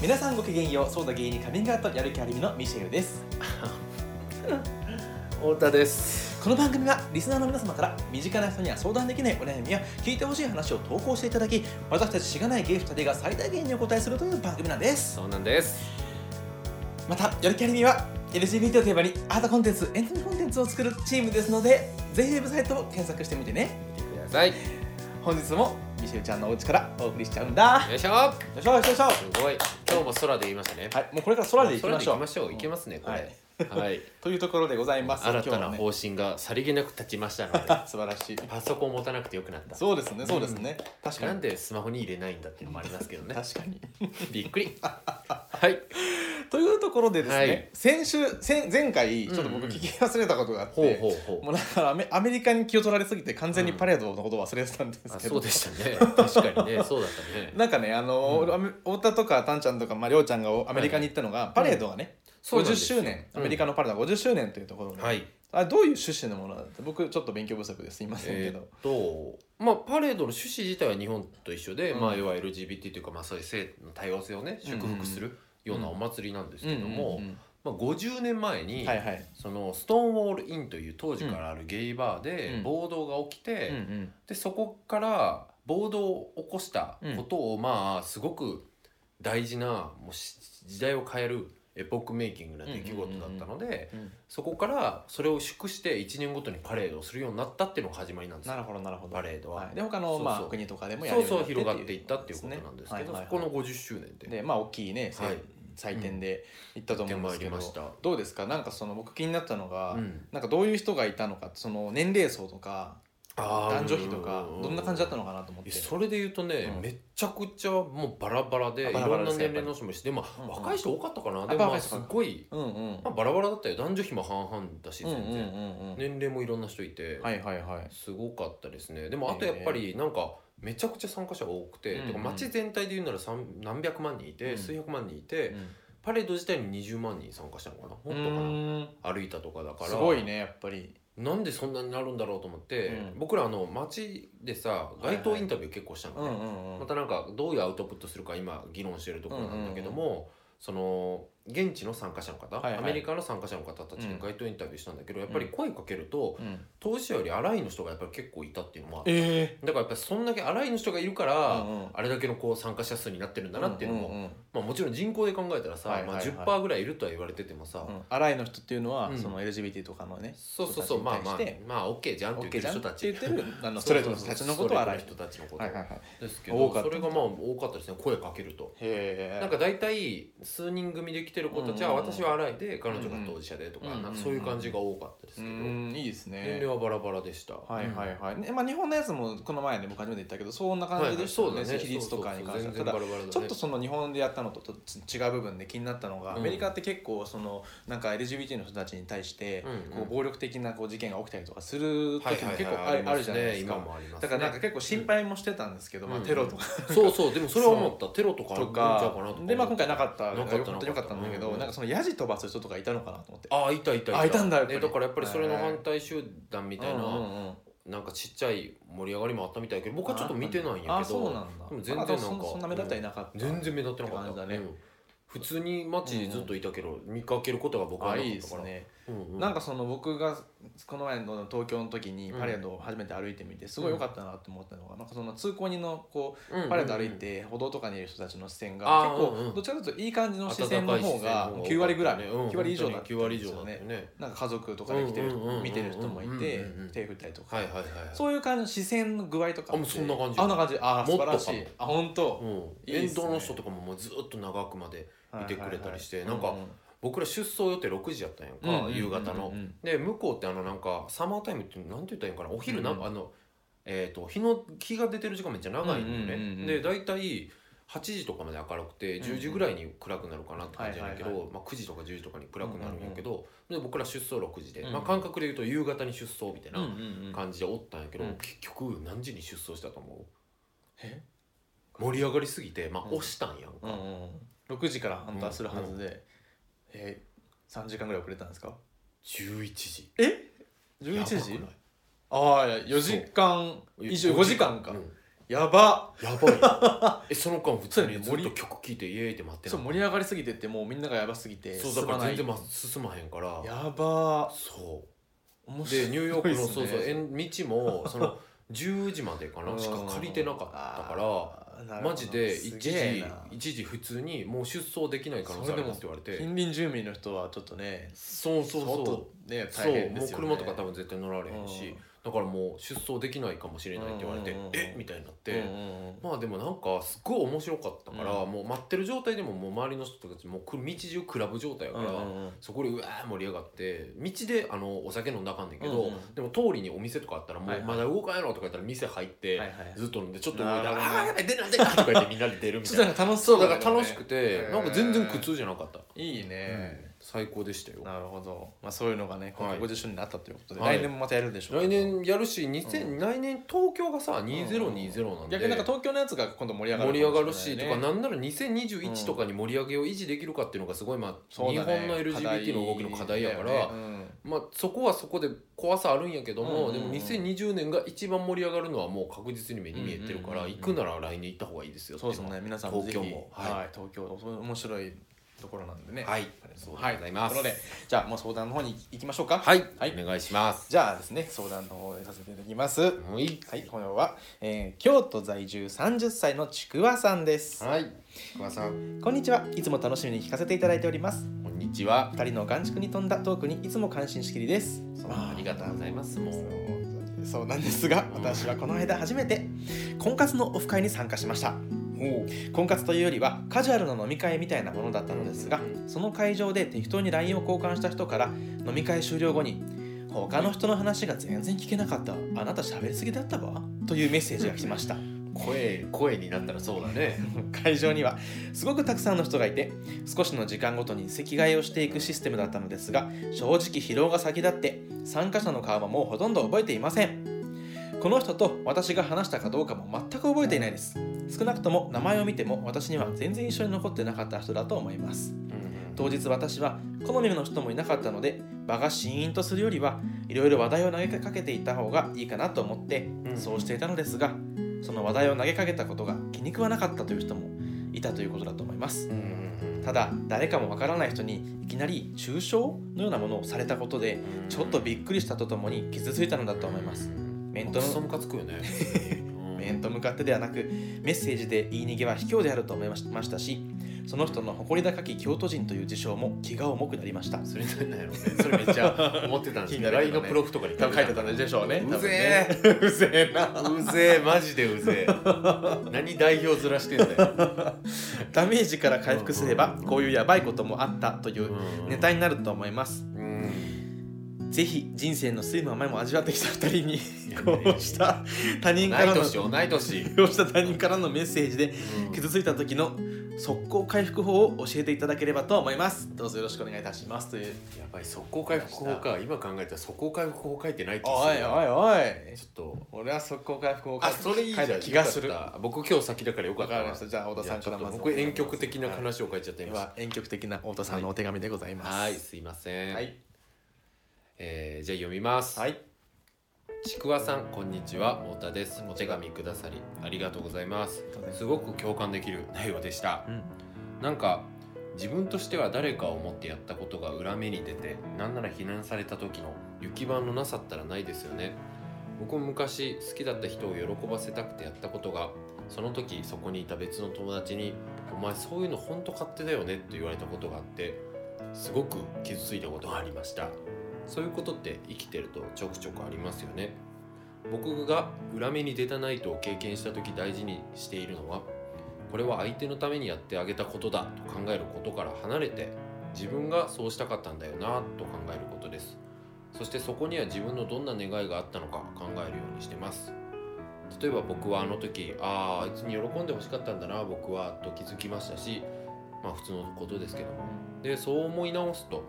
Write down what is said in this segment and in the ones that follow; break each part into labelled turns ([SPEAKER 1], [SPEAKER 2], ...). [SPEAKER 1] 皆さんごきげんようそうだ芸人カミングアウトやる気ありみのミシェルです
[SPEAKER 2] 太田です
[SPEAKER 1] この番組はリスナーの皆様から身近な人には相談できないお悩みや聞いてほしい話を投稿していただき私たちしがない芸2人が最大限にお答えするという番組なんです
[SPEAKER 2] そうなんです
[SPEAKER 1] またやる気ありみは LGBT をテーマにアートコンテンツエンタメコンテンツを作るチームですのでぜひウェブサイトを検索してみてね
[SPEAKER 2] 見てくださいよ
[SPEAKER 1] 本日もミシェルちゃんのお家からお送りしちゃうんだ
[SPEAKER 2] いしょは
[SPEAKER 1] よいしょよいしょよいしょ
[SPEAKER 2] すごい今日も空で言いましたね
[SPEAKER 1] はいもうこれから空で行きましょ
[SPEAKER 2] 空で行き
[SPEAKER 1] う
[SPEAKER 2] ましょう行けますねこ
[SPEAKER 1] はい
[SPEAKER 2] れはい
[SPEAKER 1] というところでございます
[SPEAKER 2] 新た
[SPEAKER 1] 今
[SPEAKER 2] な
[SPEAKER 1] 日はね
[SPEAKER 2] 方針がさりげなく立ちましたので
[SPEAKER 1] 素晴らしい
[SPEAKER 2] パソコン持たなくてよくなった
[SPEAKER 1] そうですねそうですね、確かに
[SPEAKER 2] なんでスマホに入れないんだっていうのもありますけどね
[SPEAKER 1] 確かに
[SPEAKER 2] びっくりはい
[SPEAKER 1] というところでですね、
[SPEAKER 2] はい
[SPEAKER 1] 先週先前回ちょっと僕
[SPEAKER 2] うんうん
[SPEAKER 1] 聞き忘れたことがあって、
[SPEAKER 2] ほうほうほ
[SPEAKER 1] も
[SPEAKER 2] う
[SPEAKER 1] うだからアメアメリカに気を取られすぎて完全にパレードのことを忘れてたんです
[SPEAKER 2] あ
[SPEAKER 1] け
[SPEAKER 2] そ
[SPEAKER 1] ど、
[SPEAKER 2] うでしたね確かにねそうだったね
[SPEAKER 1] なんかねあの、
[SPEAKER 2] うん
[SPEAKER 1] アメ太田とかタンちゃんとか、まあ、りょうちゃんがおアメリカに行ったのが、パレードがね、
[SPEAKER 2] そうなん
[SPEAKER 1] 50
[SPEAKER 2] ですよ
[SPEAKER 1] 周年、アメリカのパレードが50周年というところで、
[SPEAKER 2] はい
[SPEAKER 1] あどういう趣旨のものだって僕ちょっと勉強不足ですいませんけ
[SPEAKER 2] えー
[SPEAKER 1] ど
[SPEAKER 2] っ、とまあパレードの趣旨自体は日本と一緒で、
[SPEAKER 1] うん
[SPEAKER 2] まあ、要は LGBT というか、まあ、そういう性の多様性をね祝福するようなお祭りなんですけども、
[SPEAKER 1] うんうん
[SPEAKER 2] まあ、50年前
[SPEAKER 1] う
[SPEAKER 2] に、
[SPEAKER 1] んはいはい、
[SPEAKER 2] そのストーンウォールインという当時からあるゲイバー
[SPEAKER 1] う
[SPEAKER 2] で
[SPEAKER 1] ん
[SPEAKER 2] 暴動が起きて、
[SPEAKER 1] うんうん
[SPEAKER 2] でそこから暴動を起こしたことを、まあすごく大事なもうし時代を変えるエポックメイキングな出来事だったので、
[SPEAKER 1] うん
[SPEAKER 2] そこからそれを祝して1年ごとにパレードをするようになったっていうのが始まりなんですよ
[SPEAKER 1] なるほどなるほど、
[SPEAKER 2] パレードは。
[SPEAKER 1] はい、で他の
[SPEAKER 2] そうそう
[SPEAKER 1] まあ国とかでもやる
[SPEAKER 2] そう
[SPEAKER 1] ように
[SPEAKER 2] そう
[SPEAKER 1] な
[SPEAKER 2] 広がっていったっていうことなんですけど、
[SPEAKER 1] はいはいはい
[SPEAKER 2] そこの50周年で
[SPEAKER 1] でまあ大きいね、せい
[SPEAKER 2] はい
[SPEAKER 1] 祭典で行ったと思うんですけど、
[SPEAKER 2] 行ってまいりました
[SPEAKER 1] どうですかなんかその僕気になったのが、
[SPEAKER 2] うん
[SPEAKER 1] なんかどういう人がいたのかその年齢層とか男
[SPEAKER 2] 男
[SPEAKER 1] 女比とかどんな感じだったのかなと思って
[SPEAKER 2] それで言うとね、
[SPEAKER 1] うん
[SPEAKER 2] めちゃくちゃもうバラバラで
[SPEAKER 1] あ
[SPEAKER 2] い
[SPEAKER 1] バラ
[SPEAKER 2] ろ
[SPEAKER 1] バラ
[SPEAKER 2] ん
[SPEAKER 1] で
[SPEAKER 2] な
[SPEAKER 1] す
[SPEAKER 2] 年齢の人もいるしでまあ、
[SPEAKER 1] うんうん
[SPEAKER 2] 若い人多かったかな
[SPEAKER 1] っ
[SPEAKER 2] で
[SPEAKER 1] ぱ
[SPEAKER 2] もま
[SPEAKER 1] 若
[SPEAKER 2] あ
[SPEAKER 1] い人
[SPEAKER 2] す
[SPEAKER 1] 多かった
[SPEAKER 2] ごい、
[SPEAKER 1] うんうん
[SPEAKER 2] まあ、バラバラだったよ男女比も半々だし
[SPEAKER 1] うん
[SPEAKER 2] 全
[SPEAKER 1] う
[SPEAKER 2] 然、
[SPEAKER 1] んうんうん
[SPEAKER 2] 年齢もいろんな人いて、
[SPEAKER 1] はいはいはい
[SPEAKER 2] すごかったですねでもあとやっぱりなんかめちゃくちゃ参加者が多くて、
[SPEAKER 1] うんうん
[SPEAKER 2] てか街全体で言うなら三何百万人いて、
[SPEAKER 1] うん
[SPEAKER 2] 数百万人いて、パレード自体に20万人参加したのかなもっとか
[SPEAKER 1] う
[SPEAKER 2] な、
[SPEAKER 1] ん
[SPEAKER 2] 歩いたとかだから
[SPEAKER 1] すごいねやっぱり
[SPEAKER 2] なんでそんなになるんだろうと思って、
[SPEAKER 1] うん
[SPEAKER 2] 僕らあの街でさ街頭インタビュー結構したのね、
[SPEAKER 1] うんうんうん
[SPEAKER 2] またなんかどういうアウトプットするか今議論してるところなんだけども、その現地の参加者の方、
[SPEAKER 1] はいはい
[SPEAKER 2] アメリカの参加者の方たち
[SPEAKER 1] う
[SPEAKER 2] に
[SPEAKER 1] ん
[SPEAKER 2] 街頭インタビューしたんだけど、やっぱり声かけると
[SPEAKER 1] うん
[SPEAKER 2] 当事者より荒いの人がやっぱり結構いたっていうのはだか
[SPEAKER 1] え
[SPEAKER 2] らやっぱりそんだけ荒いの人がいるか
[SPEAKER 1] え
[SPEAKER 2] ら、
[SPEAKER 1] うんうん
[SPEAKER 2] あれだけのこう参加者数になってるんだなっていうのも、
[SPEAKER 1] んん
[SPEAKER 2] まあ、もちろん人口で考えたらさ、
[SPEAKER 1] はいはいはい
[SPEAKER 2] まあ、10%ぐらいいるとは言われててもさ、
[SPEAKER 1] うんアライの人っていうのは、
[SPEAKER 2] うん
[SPEAKER 1] その LGBT とかのね
[SPEAKER 2] そうそうそうまあまあ
[SPEAKER 1] して
[SPEAKER 2] まあ OK じゃんって言って
[SPEAKER 1] OK じ
[SPEAKER 2] る
[SPEAKER 1] ゃん
[SPEAKER 2] 人
[SPEAKER 1] った
[SPEAKER 2] ち
[SPEAKER 1] て言っ てるあのストレートの人たちのことを
[SPEAKER 2] は
[SPEAKER 1] アライ
[SPEAKER 2] 人たちのこと
[SPEAKER 1] はいはいはい
[SPEAKER 2] ですけど
[SPEAKER 1] 多かった
[SPEAKER 2] それがまあ多かったですね声かけると
[SPEAKER 1] へえ
[SPEAKER 2] なんか大体数人組で来てる子たちは
[SPEAKER 1] うんうんうん
[SPEAKER 2] 私は荒いで彼女が当事者でとか
[SPEAKER 1] うんうん
[SPEAKER 2] なんかそういう感じが多かったです
[SPEAKER 1] う
[SPEAKER 2] けど
[SPEAKER 1] んいいですね
[SPEAKER 2] 年齢はバラバラでした
[SPEAKER 1] はいは
[SPEAKER 2] うん
[SPEAKER 1] いはい、ねまあ、日本のやつもこの前ね僕初めて言ったけどそんな感じでしたよね,、
[SPEAKER 2] はいはいそうだね
[SPEAKER 1] 比率とかに関しては
[SPEAKER 2] そうそうそう全然
[SPEAKER 1] た
[SPEAKER 2] バ
[SPEAKER 1] だ
[SPEAKER 2] ラバラだね
[SPEAKER 1] ちょっとその日本でやったのととち違う部分で気になったのが、
[SPEAKER 2] うん
[SPEAKER 1] アメリカって結構そのなんか LGBT の人たちに対して、
[SPEAKER 2] うんうん
[SPEAKER 1] こう暴力的なこう事件が起きたりとかする時も
[SPEAKER 2] はいはい
[SPEAKER 1] 結
[SPEAKER 2] はい
[SPEAKER 1] 構あ,、
[SPEAKER 2] ありますね
[SPEAKER 1] るじゃないですか
[SPEAKER 2] 今もあります
[SPEAKER 1] だ
[SPEAKER 2] ね
[SPEAKER 1] からなんか結構心配もしてたんですけど、まあ、
[SPEAKER 2] うん
[SPEAKER 1] テロとか、
[SPEAKER 2] そうそうでもそれは思ったテロとかある
[SPEAKER 1] と
[SPEAKER 2] んちゃう
[SPEAKER 1] か
[SPEAKER 2] かなとか
[SPEAKER 1] で、まあ、今回なかった
[SPEAKER 2] なかった
[SPEAKER 1] よ本当によかったんだけど、
[SPEAKER 2] うんうん
[SPEAKER 1] なんかそのヤジ飛ばす人とかいたのかなと思って。
[SPEAKER 2] ああいたいた
[SPEAKER 1] あいたんだやっぱり
[SPEAKER 2] ねだからやっぱりそれの反対集団みたい
[SPEAKER 1] うんう
[SPEAKER 2] なん
[SPEAKER 1] うん
[SPEAKER 2] なんかちっちゃい盛り上がりもあったみたいだけど僕はちょっと見てないんやけど
[SPEAKER 1] あそうなんだ
[SPEAKER 2] でも全然なん
[SPEAKER 1] あ
[SPEAKER 2] か
[SPEAKER 1] そそんな目立ってはいなかった
[SPEAKER 2] 全然目立ってなかった
[SPEAKER 1] って感じだね
[SPEAKER 2] うん普通に街にずっといたけど、見かけることが僕は
[SPEAKER 1] あ
[SPEAKER 2] なか
[SPEAKER 1] いい
[SPEAKER 2] っ
[SPEAKER 1] で
[SPEAKER 2] た
[SPEAKER 1] す
[SPEAKER 2] から
[SPEAKER 1] ね
[SPEAKER 2] うんうん
[SPEAKER 1] なんかその僕がこの前の東京の時にパレードを初めて歩いてみてすごい良かったなと思ったのが、なんかその通行人のこ
[SPEAKER 2] うんうんう
[SPEAKER 1] うんパレード歩いて歩道とかにいる人たちの視線
[SPEAKER 2] あ
[SPEAKER 1] が
[SPEAKER 2] ー
[SPEAKER 1] 結
[SPEAKER 2] うんう
[SPEAKER 1] 構
[SPEAKER 2] ん
[SPEAKER 1] どっちかというといい感じの視線の方が9割ぐらい9割以上だった
[SPEAKER 2] 九
[SPEAKER 1] ん
[SPEAKER 2] 割以
[SPEAKER 1] です
[SPEAKER 2] 上
[SPEAKER 1] よ
[SPEAKER 2] だったよ
[SPEAKER 1] ね
[SPEAKER 2] ね
[SPEAKER 1] なんか家族とかで来て
[SPEAKER 2] う
[SPEAKER 1] る
[SPEAKER 2] んうんうんうん
[SPEAKER 1] 見てる人もいて
[SPEAKER 2] うんうんうん
[SPEAKER 1] 手振ったりとか
[SPEAKER 2] はいはいはい
[SPEAKER 1] そういう感じの視線の具合とか
[SPEAKER 2] あもうそんな感じ
[SPEAKER 1] あんな感じあー素晴らし
[SPEAKER 2] も
[SPEAKER 1] い
[SPEAKER 2] っとか
[SPEAKER 1] あ本当
[SPEAKER 2] うん、
[SPEAKER 1] いいっ
[SPEAKER 2] 沿
[SPEAKER 1] すね
[SPEAKER 2] 道の人とかももうずっと長くまでいてくれたりして、
[SPEAKER 1] はいはいはい
[SPEAKER 2] なんか僕ら出走予定6時やったんやんか、
[SPEAKER 1] うんうんうんうん
[SPEAKER 2] 夕方の、
[SPEAKER 1] うん
[SPEAKER 2] で向こうってあのなんかサマータイムってなんて言ったらいいんかなお昼なんか、
[SPEAKER 1] うん
[SPEAKER 2] あのえっ、と日の日が出てる時間めっちゃ長いんだよね、
[SPEAKER 1] うんうんうんうん
[SPEAKER 2] で大体8時とかまで明るくて
[SPEAKER 1] うんうん
[SPEAKER 2] 10時ぐらいに暗くなるかなって感じなんやけど、
[SPEAKER 1] はいは
[SPEAKER 2] まあ、9時とか10時とかに暗くなるんやけど、で僕ら出走6時で、
[SPEAKER 1] うんうん
[SPEAKER 2] まあ、感覚で言うと夕方に出走みたい
[SPEAKER 1] うん
[SPEAKER 2] な
[SPEAKER 1] うんうんうん
[SPEAKER 2] 感じでおったんやけど、
[SPEAKER 1] うん
[SPEAKER 2] 結局何時に出走したと思
[SPEAKER 1] え
[SPEAKER 2] う盛り上がりすぎて、まあ、
[SPEAKER 1] うん
[SPEAKER 2] 押したんやんか、
[SPEAKER 1] うんうんうん、6時から反対するはずで、えー、3時間ぐらい遅れたんですか
[SPEAKER 2] 11時
[SPEAKER 1] え11
[SPEAKER 2] やば
[SPEAKER 1] 時
[SPEAKER 2] くない
[SPEAKER 1] ああ4時間以上
[SPEAKER 2] そう
[SPEAKER 1] 5時間か、
[SPEAKER 2] うん
[SPEAKER 1] いやば
[SPEAKER 2] やばい えその間普通にず
[SPEAKER 1] そう
[SPEAKER 2] っ
[SPEAKER 1] やね
[SPEAKER 2] と曲聴いてイエーイって待って
[SPEAKER 1] そう盛り上がりすぎててもうみんながやばすぎて
[SPEAKER 2] そうだか
[SPEAKER 1] 進ま
[SPEAKER 2] ら
[SPEAKER 1] ない
[SPEAKER 2] 全然ま進まへんから
[SPEAKER 1] やば
[SPEAKER 2] そ
[SPEAKER 1] 面
[SPEAKER 2] うでニューヨークの
[SPEAKER 1] 白いっす
[SPEAKER 2] そう
[SPEAKER 1] ね
[SPEAKER 2] そうえん道もその10時までかなしか借りてなかったから
[SPEAKER 1] あーなるほど
[SPEAKER 2] マジです一
[SPEAKER 1] げえ
[SPEAKER 2] 時
[SPEAKER 1] な
[SPEAKER 2] 一時普通にもう出走できない可能性ありますって言われて
[SPEAKER 1] 近隣住民の人はちょっとね
[SPEAKER 2] そうそうそう
[SPEAKER 1] うね
[SPEAKER 2] そ
[SPEAKER 1] 大
[SPEAKER 2] う
[SPEAKER 1] 変
[SPEAKER 2] も
[SPEAKER 1] で
[SPEAKER 2] う
[SPEAKER 1] すよね
[SPEAKER 2] 車とか多分絶対乗られへんしだからもう出走できないかもしれないって言われて
[SPEAKER 1] うんうんうん
[SPEAKER 2] えみたいになっ
[SPEAKER 1] うんうん
[SPEAKER 2] て
[SPEAKER 1] うん
[SPEAKER 2] まあでもなんかすっごい面白かったから
[SPEAKER 1] う
[SPEAKER 2] もう待ってる状態でももう周りの人たちもう来る道中クラブ状態やか
[SPEAKER 1] うん
[SPEAKER 2] ら
[SPEAKER 1] うんうん
[SPEAKER 2] そこでうわー盛り上がって道であのお酒飲んだらあかんねんけ
[SPEAKER 1] う
[SPEAKER 2] ど
[SPEAKER 1] んうん
[SPEAKER 2] でも通りにお店とかあったらも
[SPEAKER 1] はい
[SPEAKER 2] う
[SPEAKER 1] はい
[SPEAKER 2] まだ動かんやろとか言ったら店入って
[SPEAKER 1] はいはい
[SPEAKER 2] ずっと飲んでちょっと動いたら
[SPEAKER 1] な
[SPEAKER 2] 「
[SPEAKER 1] るほどね
[SPEAKER 2] あーやばい出るな出るな」とか言ってみんなで出るみ
[SPEAKER 1] ちょ
[SPEAKER 2] た
[SPEAKER 1] っ
[SPEAKER 2] い
[SPEAKER 1] と
[SPEAKER 2] な
[SPEAKER 1] なんか楽しそ
[SPEAKER 2] そううだから楽しく
[SPEAKER 1] て
[SPEAKER 2] て
[SPEAKER 1] へー
[SPEAKER 2] なんか全然苦痛じゃなかった、
[SPEAKER 1] いいね
[SPEAKER 2] うん最高でしたよ
[SPEAKER 1] なるほどまあそういうのがね今
[SPEAKER 2] は
[SPEAKER 1] 回
[SPEAKER 2] い
[SPEAKER 1] 50周年になったということで
[SPEAKER 2] はい
[SPEAKER 1] 来年もまたやるんでしょうけ
[SPEAKER 2] 来
[SPEAKER 1] ど
[SPEAKER 2] 年やるし2000、
[SPEAKER 1] うん
[SPEAKER 2] 来年東京がさ2020なんで、
[SPEAKER 1] 逆になんか東京のやつが今度盛り上がる
[SPEAKER 2] 盛り上がるし、とか
[SPEAKER 1] な
[SPEAKER 2] なんなら2021とかに盛り上げを維持できるかっていうのがすごい、まあ日本の LGBT の動きの課題やから、まあ、そこはそこで怖さあるんやけども、
[SPEAKER 1] うんうんうん
[SPEAKER 2] でも2020年が一番盛り上がるのはもう確実に目に見えてるから、
[SPEAKER 1] うんうんうんうん
[SPEAKER 2] 行くなら来年行った方がいいですよって
[SPEAKER 1] そ
[SPEAKER 2] いうう
[SPEAKER 1] です
[SPEAKER 2] のは
[SPEAKER 1] ね皆さんもぜひ
[SPEAKER 2] 東京も
[SPEAKER 1] は
[SPEAKER 2] はいい、
[SPEAKER 1] 東京面白いところなんでね
[SPEAKER 2] はいそう
[SPEAKER 1] は
[SPEAKER 2] で
[SPEAKER 1] い
[SPEAKER 2] ございます
[SPEAKER 1] ということでじゃあもう相談の方に行きましょうか
[SPEAKER 2] はい、
[SPEAKER 1] はい
[SPEAKER 2] お願いします
[SPEAKER 1] じゃあですね相談の方でさせていただきますは
[SPEAKER 2] はい
[SPEAKER 1] い今日は、えー京都在住30歳のちくわさんです
[SPEAKER 2] はい桑さん
[SPEAKER 1] こんにちはいつも楽しみに聞かせていただいております
[SPEAKER 2] こんにちは
[SPEAKER 1] 二人の眼蓄に富んだトークにいつも感心しきりです
[SPEAKER 2] ありがとうございますもう
[SPEAKER 1] そうなんですが私はこの間初めて婚活のオフ会に参加しました婚活というよりはカジュアルな飲み会みたいなものだったのですがその会場で適当に LINE を交換した人から飲み会終了後に「他の人の話が全然聞けなかったあなた喋りすぎだったわ」というメッセージが来ました
[SPEAKER 2] 声声になったらそうだ ね
[SPEAKER 1] 会場にはすごくたくさんの人がいて少しの時間ごとに席替えをしていくシステムだったのですが正直疲労が先立って参加者の顔はもうほとんど覚えていませんこの人と私が話したかどうかも全く覚えていないです少なくとも名前を見ても私には全然印象に残ってなかった人だと思います当日私は好みの人もいなかったので場がシーンとするよりはいろいろ話題を投げかけていった方がいいかなと思って
[SPEAKER 2] うん
[SPEAKER 1] そうしていたのですがその話題を投げかけたことが気に食わなかったという人もいたということだと思います
[SPEAKER 2] うんうん
[SPEAKER 1] ただ誰かもわからない人にいきなり中傷のようなものをされたことで
[SPEAKER 2] うん
[SPEAKER 1] ちょっとびっくりしたとともに傷ついたのだと思います面と
[SPEAKER 2] クソムカつくよ ねうん
[SPEAKER 1] 面と向かってではなくメッセージで言い逃げは卑怯であると思いましたしその人の誇り高き京都人という事象も気が重くなりました
[SPEAKER 2] それなんなんやろうね それめっちゃ思ってたんです
[SPEAKER 1] 気に
[SPEAKER 2] け
[SPEAKER 1] な
[SPEAKER 2] ど
[SPEAKER 1] る
[SPEAKER 2] LINE
[SPEAKER 1] けどね
[SPEAKER 2] のプロフとかに
[SPEAKER 1] 多分書いてたんでしょうね
[SPEAKER 2] うぜえ
[SPEAKER 1] うぜえな
[SPEAKER 2] うぜえマジでうぜ え何代表ずらしてんだよ
[SPEAKER 1] ダメージから回復すればこういうやばいこともあったというネタになると思います
[SPEAKER 2] うん
[SPEAKER 1] ぜひ人生の睡魔前も味わってきた2人に
[SPEAKER 2] いや
[SPEAKER 1] こうした他人か
[SPEAKER 2] 同い
[SPEAKER 1] らの
[SPEAKER 2] 年よ同い年
[SPEAKER 1] こうした他人からのメッセージで傷ついた時の速攻回復法を教えていただければと思いますどうぞよろしくお願いいたしますという
[SPEAKER 2] やばい速攻回復法か今考えたら速攻回復法書いてないって
[SPEAKER 1] おいおいおい
[SPEAKER 2] ちょっと
[SPEAKER 1] 俺は速攻回復を
[SPEAKER 2] あそれいいじゃん
[SPEAKER 1] 気がする
[SPEAKER 2] よかった僕今日先だからよか
[SPEAKER 1] わ
[SPEAKER 2] ったわ
[SPEAKER 1] かりましたじゃあ太田さんから
[SPEAKER 2] いやち
[SPEAKER 1] ま
[SPEAKER 2] ょ
[SPEAKER 1] ず
[SPEAKER 2] っと僕遠曲的な
[SPEAKER 1] はい
[SPEAKER 2] 話を書いちゃって
[SPEAKER 1] で
[SPEAKER 2] ま
[SPEAKER 1] は遠曲的な太田さんのお手紙でございますす
[SPEAKER 2] はいすいません、
[SPEAKER 1] はい
[SPEAKER 2] えーじゃあ読みます、
[SPEAKER 1] はい
[SPEAKER 2] ちくわさんこんにちは太田ですお手紙くださりありがとうございますすごく共感できる内容でした
[SPEAKER 1] うん
[SPEAKER 2] なんか自分としては誰かを思ってやったことが裏目に出てなんなら避難された時の行き場のなさったらないですよね僕も昔好きだった人を喜ばせたくてやったことがその時そこにいた別の友達に「お前そういうのほんと勝手だよね」と言われたことがあってすごく傷ついたことがありましたそういうことって生きてるとちょくちょくありますよね僕が裏目に出たナイトを経験した時大事にしているのはこれは相手のためにやってあげたことだと考えることから離れて自分がそうしたかったんだよなと考えることですそしてそこには自分のどんな願いがあったのか考えるようにしてます例えば僕はあの時あああいつに喜んでほしかったんだな僕はと気づきましたしまあ普通のことですけどもでそう思い直すと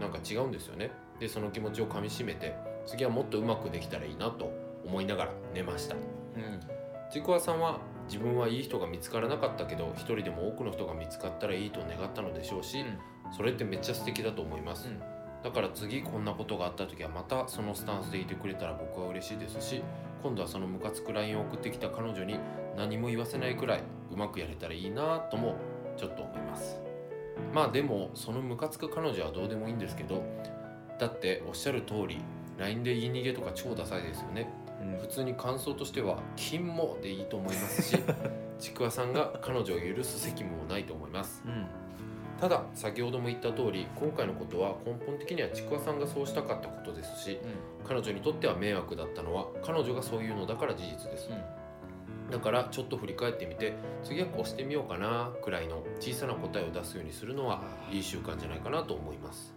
[SPEAKER 2] なんか違うんですよねでその気持ちをかみしめて次はもっとうまくできたらいいなと思いながら寝ました
[SPEAKER 1] うん
[SPEAKER 2] ちくわさんは自分はいい人が見つからなかったけど一人でも多くの人が見つかったらいいと願ったのでしょうし、それってめっちゃ素敵だと思います、
[SPEAKER 1] うん
[SPEAKER 2] だから次こんなことがあった時はまたそのスタンスでいてくれたら僕は嬉しいですし今度はそのムカつく LINE を送ってきた彼女に何も言わせないくらいうまくやれたらいいなともちょっと思いますまあでもそのムカつく彼女はどうでもいいんですけどだっておっしゃる通り LINE で言い逃げとか超ダサいですよね普通に感想としては「金も」でいいと思いますしちくわさんが彼女を許す責務もないと思います
[SPEAKER 1] うん
[SPEAKER 2] ただ先ほども言った通り今回のことは根本的にはちくわさんがそうしたかったことですし彼女にとっては迷惑だったのは彼女がそういうのだから事実ですだからちょっと振り返ってみて次はこうしてみようかなくらいの小さな答えを出すようにするのはいい習慣じゃないかなと思います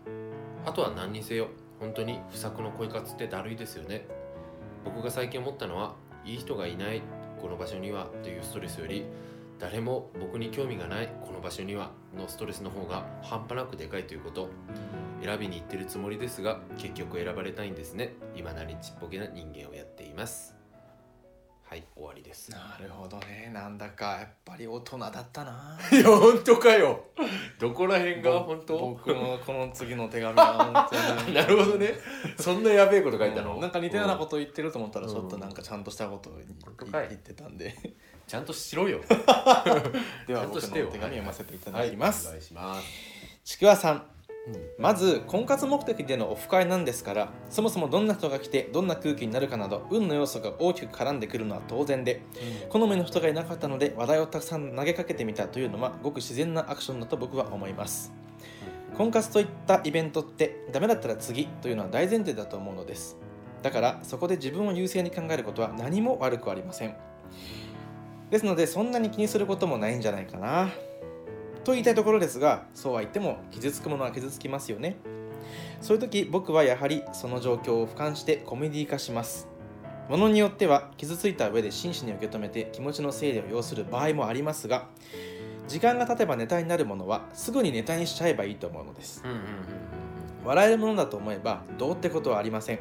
[SPEAKER 2] あとは何にせよ本当に不作の恋活ってだるいですよね僕が最近思ったのはいい人がいないこの場所にはというストレスより誰も僕に興味がないこの場所にはのストレスの方が半端なくでかいということ選びに行ってるつもりですが結局選ばれたいんですね今なりちっぽけな人間をやっていますはい終わりです
[SPEAKER 1] なるほどねなんだかやっぱり大人だったない
[SPEAKER 2] や本当かよどこら辺が本当
[SPEAKER 1] 僕のこの次の手紙は本当に
[SPEAKER 2] なるほどねそんなやべえこと書いたの、
[SPEAKER 1] うんなんか似たような
[SPEAKER 2] と、
[SPEAKER 1] こと言ってると思ったら
[SPEAKER 2] うん
[SPEAKER 1] ちょっとなんかちゃんとしたことに
[SPEAKER 2] 本当かい
[SPEAKER 1] 言ってたんで
[SPEAKER 2] ちゃんとしろよ
[SPEAKER 1] では
[SPEAKER 2] ちゃん
[SPEAKER 1] 僕
[SPEAKER 2] と
[SPEAKER 1] の
[SPEAKER 2] し
[SPEAKER 1] 手
[SPEAKER 2] てよ
[SPEAKER 1] 紙を読ませていただきます、
[SPEAKER 2] お願いします、
[SPEAKER 1] ちくわさんまず婚活目的でのオフ会なんですからそもそもどんな人が来てどんな空気になるかなど運の要素が大きく絡んでくるのは当然で好みの人がいなかったので話題をたくさん投げかけてみたというのはごく自然なアクションだと僕は思います婚活といったイベントってダメだったら次というのは大前提だと思うのですだからそこで自分を優先に考えることは何も悪くありませんですのでそんなに気にすることもないんじゃないかなと言いたいところですがそうは言っても傷つくものは傷つきますよねそういう時僕はやはりその状況を俯瞰してコメディ化しますものによっては傷ついた上で真摯に受け止めて気持ちの整理を要する場合もありますが時間が経てばネタになるものはすぐにネタにしちゃえばいいと思うのです
[SPEAKER 2] うんうんうん
[SPEAKER 1] 笑えるものだと思えばどうってことはありません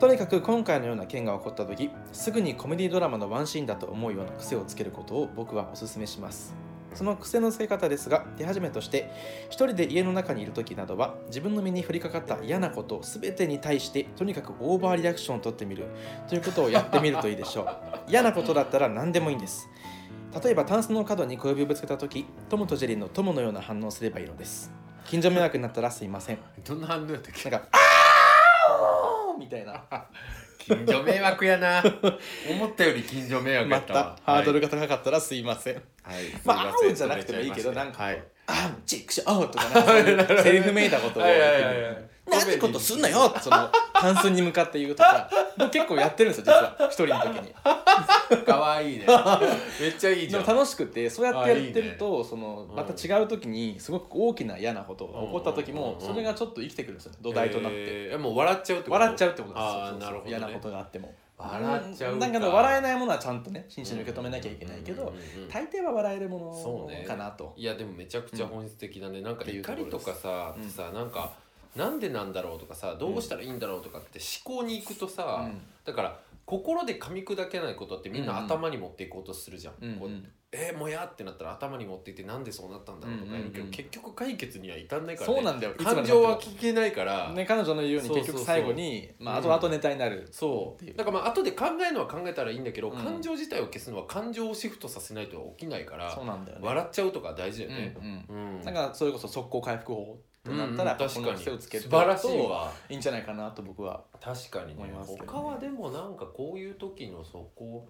[SPEAKER 1] とにかく今回のような件が起こった時すぐにコメディドラマのワンシーンだと思うような癖をつけることを僕はお勧めしますその癖のつけ方ですが手始めとして一人で家の中にいる時などは自分の身に降りかかった嫌なこと全てに対してとにかくオーバーリアクションをとってみるということをやってみるといいでしょう嫌なことだったら何でもいいんです例えばタンスの角に小指をぶつけた時トムとジェリーのトムのような反応をすればいいのです近所迷惑になったらすいません
[SPEAKER 2] うんどんな反応やったっけ
[SPEAKER 1] なんか、あーみたいな。
[SPEAKER 2] 近所迷惑やな思ったより近所迷惑や
[SPEAKER 1] ま
[SPEAKER 2] ったわ
[SPEAKER 1] た、ハードルが高かったらすいません。
[SPEAKER 2] はい、はい、
[SPEAKER 1] まあ
[SPEAKER 2] すいせ
[SPEAKER 1] 会うんじゃなくてもいいけど
[SPEAKER 2] それちゃ
[SPEAKER 1] なんか
[SPEAKER 2] ました
[SPEAKER 1] あー、チックショーとかなんかそういう、 セリフめいたことを
[SPEAKER 2] はい、はいは
[SPEAKER 1] 言
[SPEAKER 2] い
[SPEAKER 1] って
[SPEAKER 2] はい
[SPEAKER 1] みる。なんてことすんなよってその、単寸に向かって言うとか、もう結構やってるんですよ、実は。一人の 時に。
[SPEAKER 2] 可愛いねめっちゃいいじ
[SPEAKER 1] で
[SPEAKER 2] ゃ
[SPEAKER 1] も
[SPEAKER 2] ん
[SPEAKER 1] 楽しくて、そうやって
[SPEAKER 2] あーいい
[SPEAKER 1] や
[SPEAKER 2] ね
[SPEAKER 1] ってると、その、また違う時に、すごく大きな嫌なことが起こった時も、
[SPEAKER 2] うん
[SPEAKER 1] それがちょっと生きてくるんですよね、土台となって。
[SPEAKER 2] えーもう笑っちゃうってこと
[SPEAKER 1] 笑っちゃうってことです
[SPEAKER 2] あ
[SPEAKER 1] そうそうそ
[SPEAKER 2] あな
[SPEAKER 1] う
[SPEAKER 2] るほど、ね、
[SPEAKER 1] 嫌なことがあっても
[SPEAKER 2] 笑っちゃう
[SPEAKER 1] なんかね笑えないものはちゃんとね真摯に受け止めなきゃいけないけど、
[SPEAKER 2] うんうんうんうん
[SPEAKER 1] 大抵は笑える
[SPEAKER 2] そ
[SPEAKER 1] も
[SPEAKER 2] うね
[SPEAKER 1] のかなと、
[SPEAKER 2] いやでもめちゃくちゃ本質的だね、なんか
[SPEAKER 1] っていうと
[SPEAKER 2] 怒
[SPEAKER 1] ころ
[SPEAKER 2] りとかさ、
[SPEAKER 1] です
[SPEAKER 2] さなんかなんでなんだろうとかさどうしたらいいんだろうとかって思考に行くとさ、
[SPEAKER 1] うん
[SPEAKER 2] だから心で噛み砕けないことってみん
[SPEAKER 1] うん
[SPEAKER 2] な
[SPEAKER 1] うん
[SPEAKER 2] 頭に持っていこうとするじゃん、
[SPEAKER 1] うんうん
[SPEAKER 2] こえー、もやってなったら頭に持っていってなんでそうなったんだろうとかやるけど、
[SPEAKER 1] うんうんうん
[SPEAKER 2] 結局解決には至んないから、ね、
[SPEAKER 1] そうなんだよ
[SPEAKER 2] 感情は聞けないから、
[SPEAKER 1] ね、彼女の言うように
[SPEAKER 2] そうそう
[SPEAKER 1] 結
[SPEAKER 2] そう
[SPEAKER 1] 局最後にまあ後々ネタになる、
[SPEAKER 2] そう
[SPEAKER 1] っていう
[SPEAKER 2] だからまあ後で考えるのは考えたらいいんだけど、
[SPEAKER 1] うん
[SPEAKER 2] 感情自体を消すのは感情をシフトさせないとは起きないから、
[SPEAKER 1] そうなんだよね
[SPEAKER 2] 笑っちゃうとか大事だよね、
[SPEAKER 1] うん
[SPEAKER 2] うん
[SPEAKER 1] うん、なんかそれこそ速攻回復法ってなったら、
[SPEAKER 2] うんうん
[SPEAKER 1] こ
[SPEAKER 2] 確
[SPEAKER 1] の
[SPEAKER 2] か
[SPEAKER 1] 癖を
[SPEAKER 2] に
[SPEAKER 1] つけて
[SPEAKER 2] 素
[SPEAKER 1] おく
[SPEAKER 2] 晴らしい
[SPEAKER 1] と
[SPEAKER 2] わ
[SPEAKER 1] いいんじゃないかなと僕は
[SPEAKER 2] 確かに
[SPEAKER 1] 思い
[SPEAKER 2] ね
[SPEAKER 1] ますけどね
[SPEAKER 2] 他はでもなんかこういう時の速攻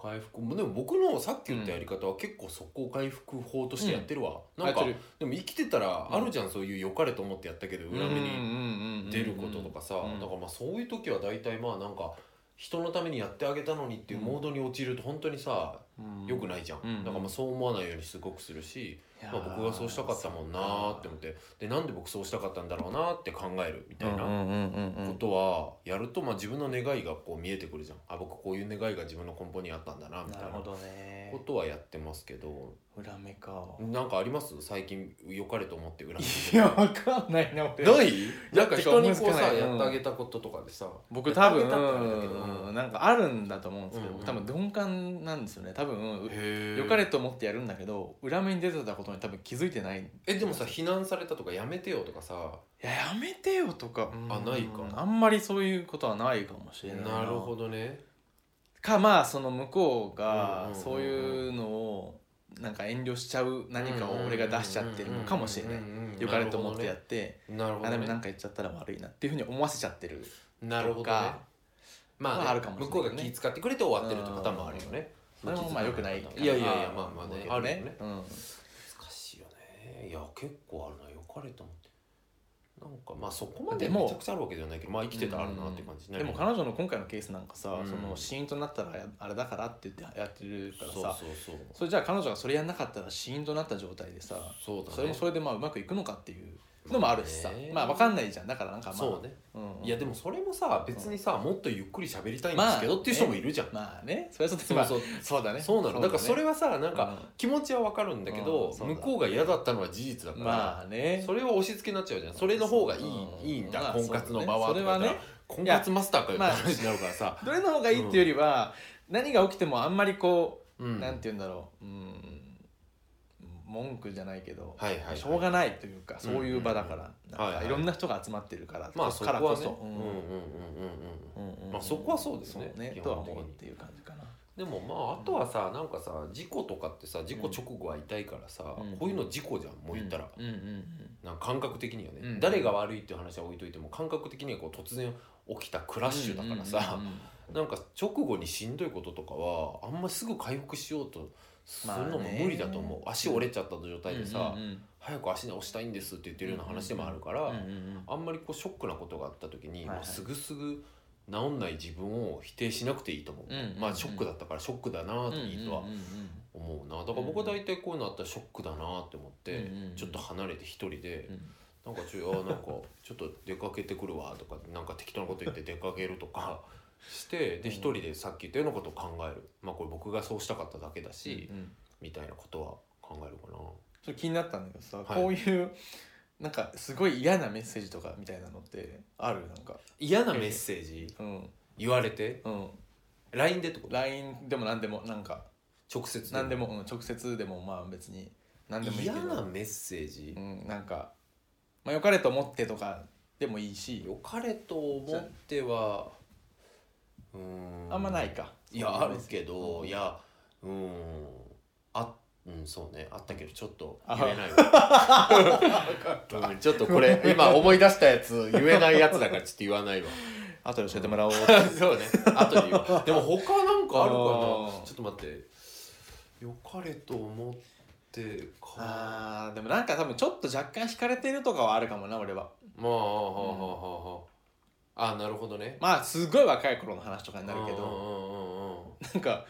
[SPEAKER 2] 回復もでも僕のさっき言ったやり方は結構速攻回復法としてやってるわ、なんか
[SPEAKER 1] やってる
[SPEAKER 2] でも生きてたらあるじゃん、そういう良かれと思ってやったけど裏目に
[SPEAKER 1] に
[SPEAKER 2] 出ることとかさ、
[SPEAKER 1] うん
[SPEAKER 2] だからまあそういう時は大体まあなんか人のためにやってあげたのにっていうモードに陥ると本当にさ、良く
[SPEAKER 1] い
[SPEAKER 2] ないじゃん、
[SPEAKER 1] うん
[SPEAKER 2] だからまあそう思わないようにすごくするし、
[SPEAKER 1] や
[SPEAKER 2] まあ、
[SPEAKER 1] ー
[SPEAKER 2] 僕がそうしたかったもんなーって思ってでなんで僕そうしたかったんだろうなーって考えるみたいな、
[SPEAKER 1] うんうんうんうんう
[SPEAKER 2] こ
[SPEAKER 1] ん
[SPEAKER 2] とはやるとまあ自分の願いがこう見えてくるじゃんあ僕こういう願いが自分の根本にあったんだなみたい
[SPEAKER 1] な
[SPEAKER 2] な
[SPEAKER 1] るほ
[SPEAKER 2] こ
[SPEAKER 1] どね
[SPEAKER 2] とはやってますけど
[SPEAKER 1] 裏目か
[SPEAKER 2] なんかあります最近良かれと思って恨み
[SPEAKER 1] いやわかんないな俺
[SPEAKER 2] ないなんか
[SPEAKER 1] てか
[SPEAKER 2] 人にこう
[SPEAKER 1] 思いつか
[SPEAKER 2] さ
[SPEAKER 1] ない
[SPEAKER 2] やってあげたこととかでさ
[SPEAKER 1] 僕多分
[SPEAKER 2] やってあげたってあれだけど
[SPEAKER 1] うんなんかあるんだと思うんですけど、
[SPEAKER 2] うんうん
[SPEAKER 1] 僕多分鈍感なんですよね多分
[SPEAKER 2] へえ
[SPEAKER 1] 良かれと思ってやるんだけど裏目に出てたことに多分気づいてないい
[SPEAKER 2] えでもさ非難されたとかやめてよとかさ
[SPEAKER 1] ややめてよとか
[SPEAKER 2] あないか
[SPEAKER 1] うんあんまりそういうことはないかもしれない
[SPEAKER 2] なるほ
[SPEAKER 1] ど
[SPEAKER 2] どね
[SPEAKER 1] かまあその向こう
[SPEAKER 2] うんう
[SPEAKER 1] が
[SPEAKER 2] んうんうん
[SPEAKER 1] そういうのをなんか遠慮しちゃう何かを俺が出しちゃってるのかもしれない良かれと思ってやって、
[SPEAKER 2] なるほ
[SPEAKER 1] あ
[SPEAKER 2] どね
[SPEAKER 1] でもなんか言っちゃったら悪いなっていうふうに思わせちゃってる
[SPEAKER 2] なるほどね
[SPEAKER 1] とか
[SPEAKER 2] まあね、
[SPEAKER 1] まああるかもしれない
[SPEAKER 2] 向こうが気遣ってくれて終わってるってパターンもあるよね
[SPEAKER 1] それもまあ良くないかない
[SPEAKER 2] やいやいやまあまあね
[SPEAKER 1] 思
[SPEAKER 2] あ
[SPEAKER 1] う
[SPEAKER 2] る
[SPEAKER 1] け
[SPEAKER 2] よ
[SPEAKER 1] ど
[SPEAKER 2] ね
[SPEAKER 1] うん
[SPEAKER 2] 難しいよねいや結構あるなよかれと思ってなんかまあそこまで
[SPEAKER 1] でも
[SPEAKER 2] めちゃくちゃあるわけではないけどまあ生きてたらあるなって感じね
[SPEAKER 1] でも彼女の今回のケースなんかさ、
[SPEAKER 2] うん
[SPEAKER 1] その死因となったらやあれだからって言ってやってるからさ
[SPEAKER 2] そう
[SPEAKER 1] そ
[SPEAKER 2] そうそう
[SPEAKER 1] れじゃあ彼女がそれやんなかったら死因となった状態でさ
[SPEAKER 2] そうだね
[SPEAKER 1] それもそれでまあうまくいくのかっていうのもあるしさ、
[SPEAKER 2] まあね
[SPEAKER 1] まあわかんないじゃんだからなんかまあ
[SPEAKER 2] そうね
[SPEAKER 1] うん、
[SPEAKER 2] いやでもそれもさ別にさもっとゆっくり喋りたいんですけどっていう人もいるじゃん
[SPEAKER 1] まあねそれはそう
[SPEAKER 2] そう
[SPEAKER 1] そ
[SPEAKER 2] そうう
[SPEAKER 1] そうだね
[SPEAKER 2] そうなのだからそれ
[SPEAKER 1] は
[SPEAKER 2] はさなん
[SPEAKER 1] う
[SPEAKER 2] か
[SPEAKER 1] ん
[SPEAKER 2] 気持ちはわかるんだけど
[SPEAKER 1] うんそうだ
[SPEAKER 2] 向こうが嫌だったのは事実だから
[SPEAKER 1] まあね
[SPEAKER 2] それは押し付けになっちゃうじゃんそれの方がいい,、
[SPEAKER 1] うん
[SPEAKER 2] いいんだ、
[SPEAKER 1] まあ
[SPEAKER 2] 婚活の場は
[SPEAKER 1] そう
[SPEAKER 2] とか言ったら
[SPEAKER 1] だねそれはね
[SPEAKER 2] 婚活マスターかよって
[SPEAKER 1] まあ
[SPEAKER 2] 話になるからさ、
[SPEAKER 1] どれの方がいいっていうよりは、何が起きてもあんまりこ
[SPEAKER 2] う
[SPEAKER 1] う、
[SPEAKER 2] ん
[SPEAKER 1] なんて言うんだろう、うん、文句じゃないけど、
[SPEAKER 2] はいはいはい
[SPEAKER 1] しょうがないというかそういう場だか
[SPEAKER 2] うん
[SPEAKER 1] ら、
[SPEAKER 2] ん
[SPEAKER 1] なん
[SPEAKER 2] はい
[SPEAKER 1] か
[SPEAKER 2] はい
[SPEAKER 1] いろんな人が集まってるから、
[SPEAKER 2] まあそこ
[SPEAKER 1] か
[SPEAKER 2] は
[SPEAKER 1] ら
[SPEAKER 2] ね
[SPEAKER 1] こ
[SPEAKER 2] うんう
[SPEAKER 1] そ、
[SPEAKER 2] んうんうんうん
[SPEAKER 1] うんうんうん
[SPEAKER 2] まあそこはそうですね
[SPEAKER 1] そうね
[SPEAKER 2] 基
[SPEAKER 1] とは
[SPEAKER 2] 本的に
[SPEAKER 1] 思うっていう感じかな。
[SPEAKER 2] でもまああとはさなんかさ事故とかってさ事故直後は痛いからさ、
[SPEAKER 1] うん
[SPEAKER 2] こういうの事故じゃんもう言ったら、
[SPEAKER 1] うんうんうん
[SPEAKER 2] なんか感覚的にはね、
[SPEAKER 1] うん
[SPEAKER 2] 誰が悪いっていう話は置いといても感覚的にはこう突然起きたクラッシュだからさ、
[SPEAKER 1] うんうんうんうん
[SPEAKER 2] なんか直後にしんどいこととかはあんますぐ回復しようとするのも
[SPEAKER 1] まあね
[SPEAKER 2] 無理だと思う、足折れちゃった状態でさ、
[SPEAKER 1] うんうん
[SPEAKER 2] 早く足直したいんですって言ってるような話でもあるから、
[SPEAKER 1] うんうんうん
[SPEAKER 2] あんまりこうショックなことがあった時に、
[SPEAKER 1] はいはい
[SPEAKER 2] もうすぐすぐ治んない自分を否定しなくていいと思う、
[SPEAKER 1] うんうんうん
[SPEAKER 2] まあショックだったからショックだなーっていいとは
[SPEAKER 1] うんうんうん
[SPEAKER 2] 思うなだから僕は大体こういうのあったらショックだなーって思って、
[SPEAKER 1] うんうんうん
[SPEAKER 2] ちょっと離れて一人で
[SPEAKER 1] う、
[SPEAKER 2] な
[SPEAKER 1] ん
[SPEAKER 2] んかちょいあーなんかちょっと出かけてくるわとかなんか適当なこと言って出かけると かして
[SPEAKER 1] うん
[SPEAKER 2] で一人でさっき言ったようなことを考えるまあこれ僕がそうしたかっただけだし、
[SPEAKER 1] うん
[SPEAKER 2] みたいなことは考えるかな。
[SPEAKER 1] ちょっと気になったんだけどさ、
[SPEAKER 2] い
[SPEAKER 1] こういうなんかすごい嫌なメッセージとかみたいなのってあるなんか
[SPEAKER 2] 嫌なメッセージ
[SPEAKER 1] うん
[SPEAKER 2] 言われて
[SPEAKER 1] うん
[SPEAKER 2] LINE でってこと
[SPEAKER 1] LINE でも何でもなんか
[SPEAKER 2] 直接
[SPEAKER 1] 何でも、うん、直接でもまあ別に何でもいいけ
[SPEAKER 2] 嫌
[SPEAKER 1] ど
[SPEAKER 2] なメッセージ
[SPEAKER 1] う、ん、なんか、まあ、良かれと思ってとかでもいいし
[SPEAKER 2] 良かれと思ってはうーん
[SPEAKER 1] あんまないか
[SPEAKER 2] いやあるけど、
[SPEAKER 1] うん
[SPEAKER 2] いやうーんあうんそうねあったけどちょっと
[SPEAKER 1] あ
[SPEAKER 2] 言えないわ、うん、ちょっとこれ今思い出したやつ言えないやつだからちょっと言わ ないわ
[SPEAKER 1] 後で教えても らおう
[SPEAKER 2] そうね後で言うでも他なんかあるか
[SPEAKER 1] あー
[SPEAKER 2] なちょっと待って良かれと思ってか
[SPEAKER 1] あーでもなんか多分ちょっと若干惹かれてるとかはあるかもな俺は
[SPEAKER 2] まあはあはあはあはああなるほどね
[SPEAKER 1] まあすごい若い頃の話とかになるけ
[SPEAKER 2] うん
[SPEAKER 1] ど
[SPEAKER 2] うんうんうん
[SPEAKER 1] なんか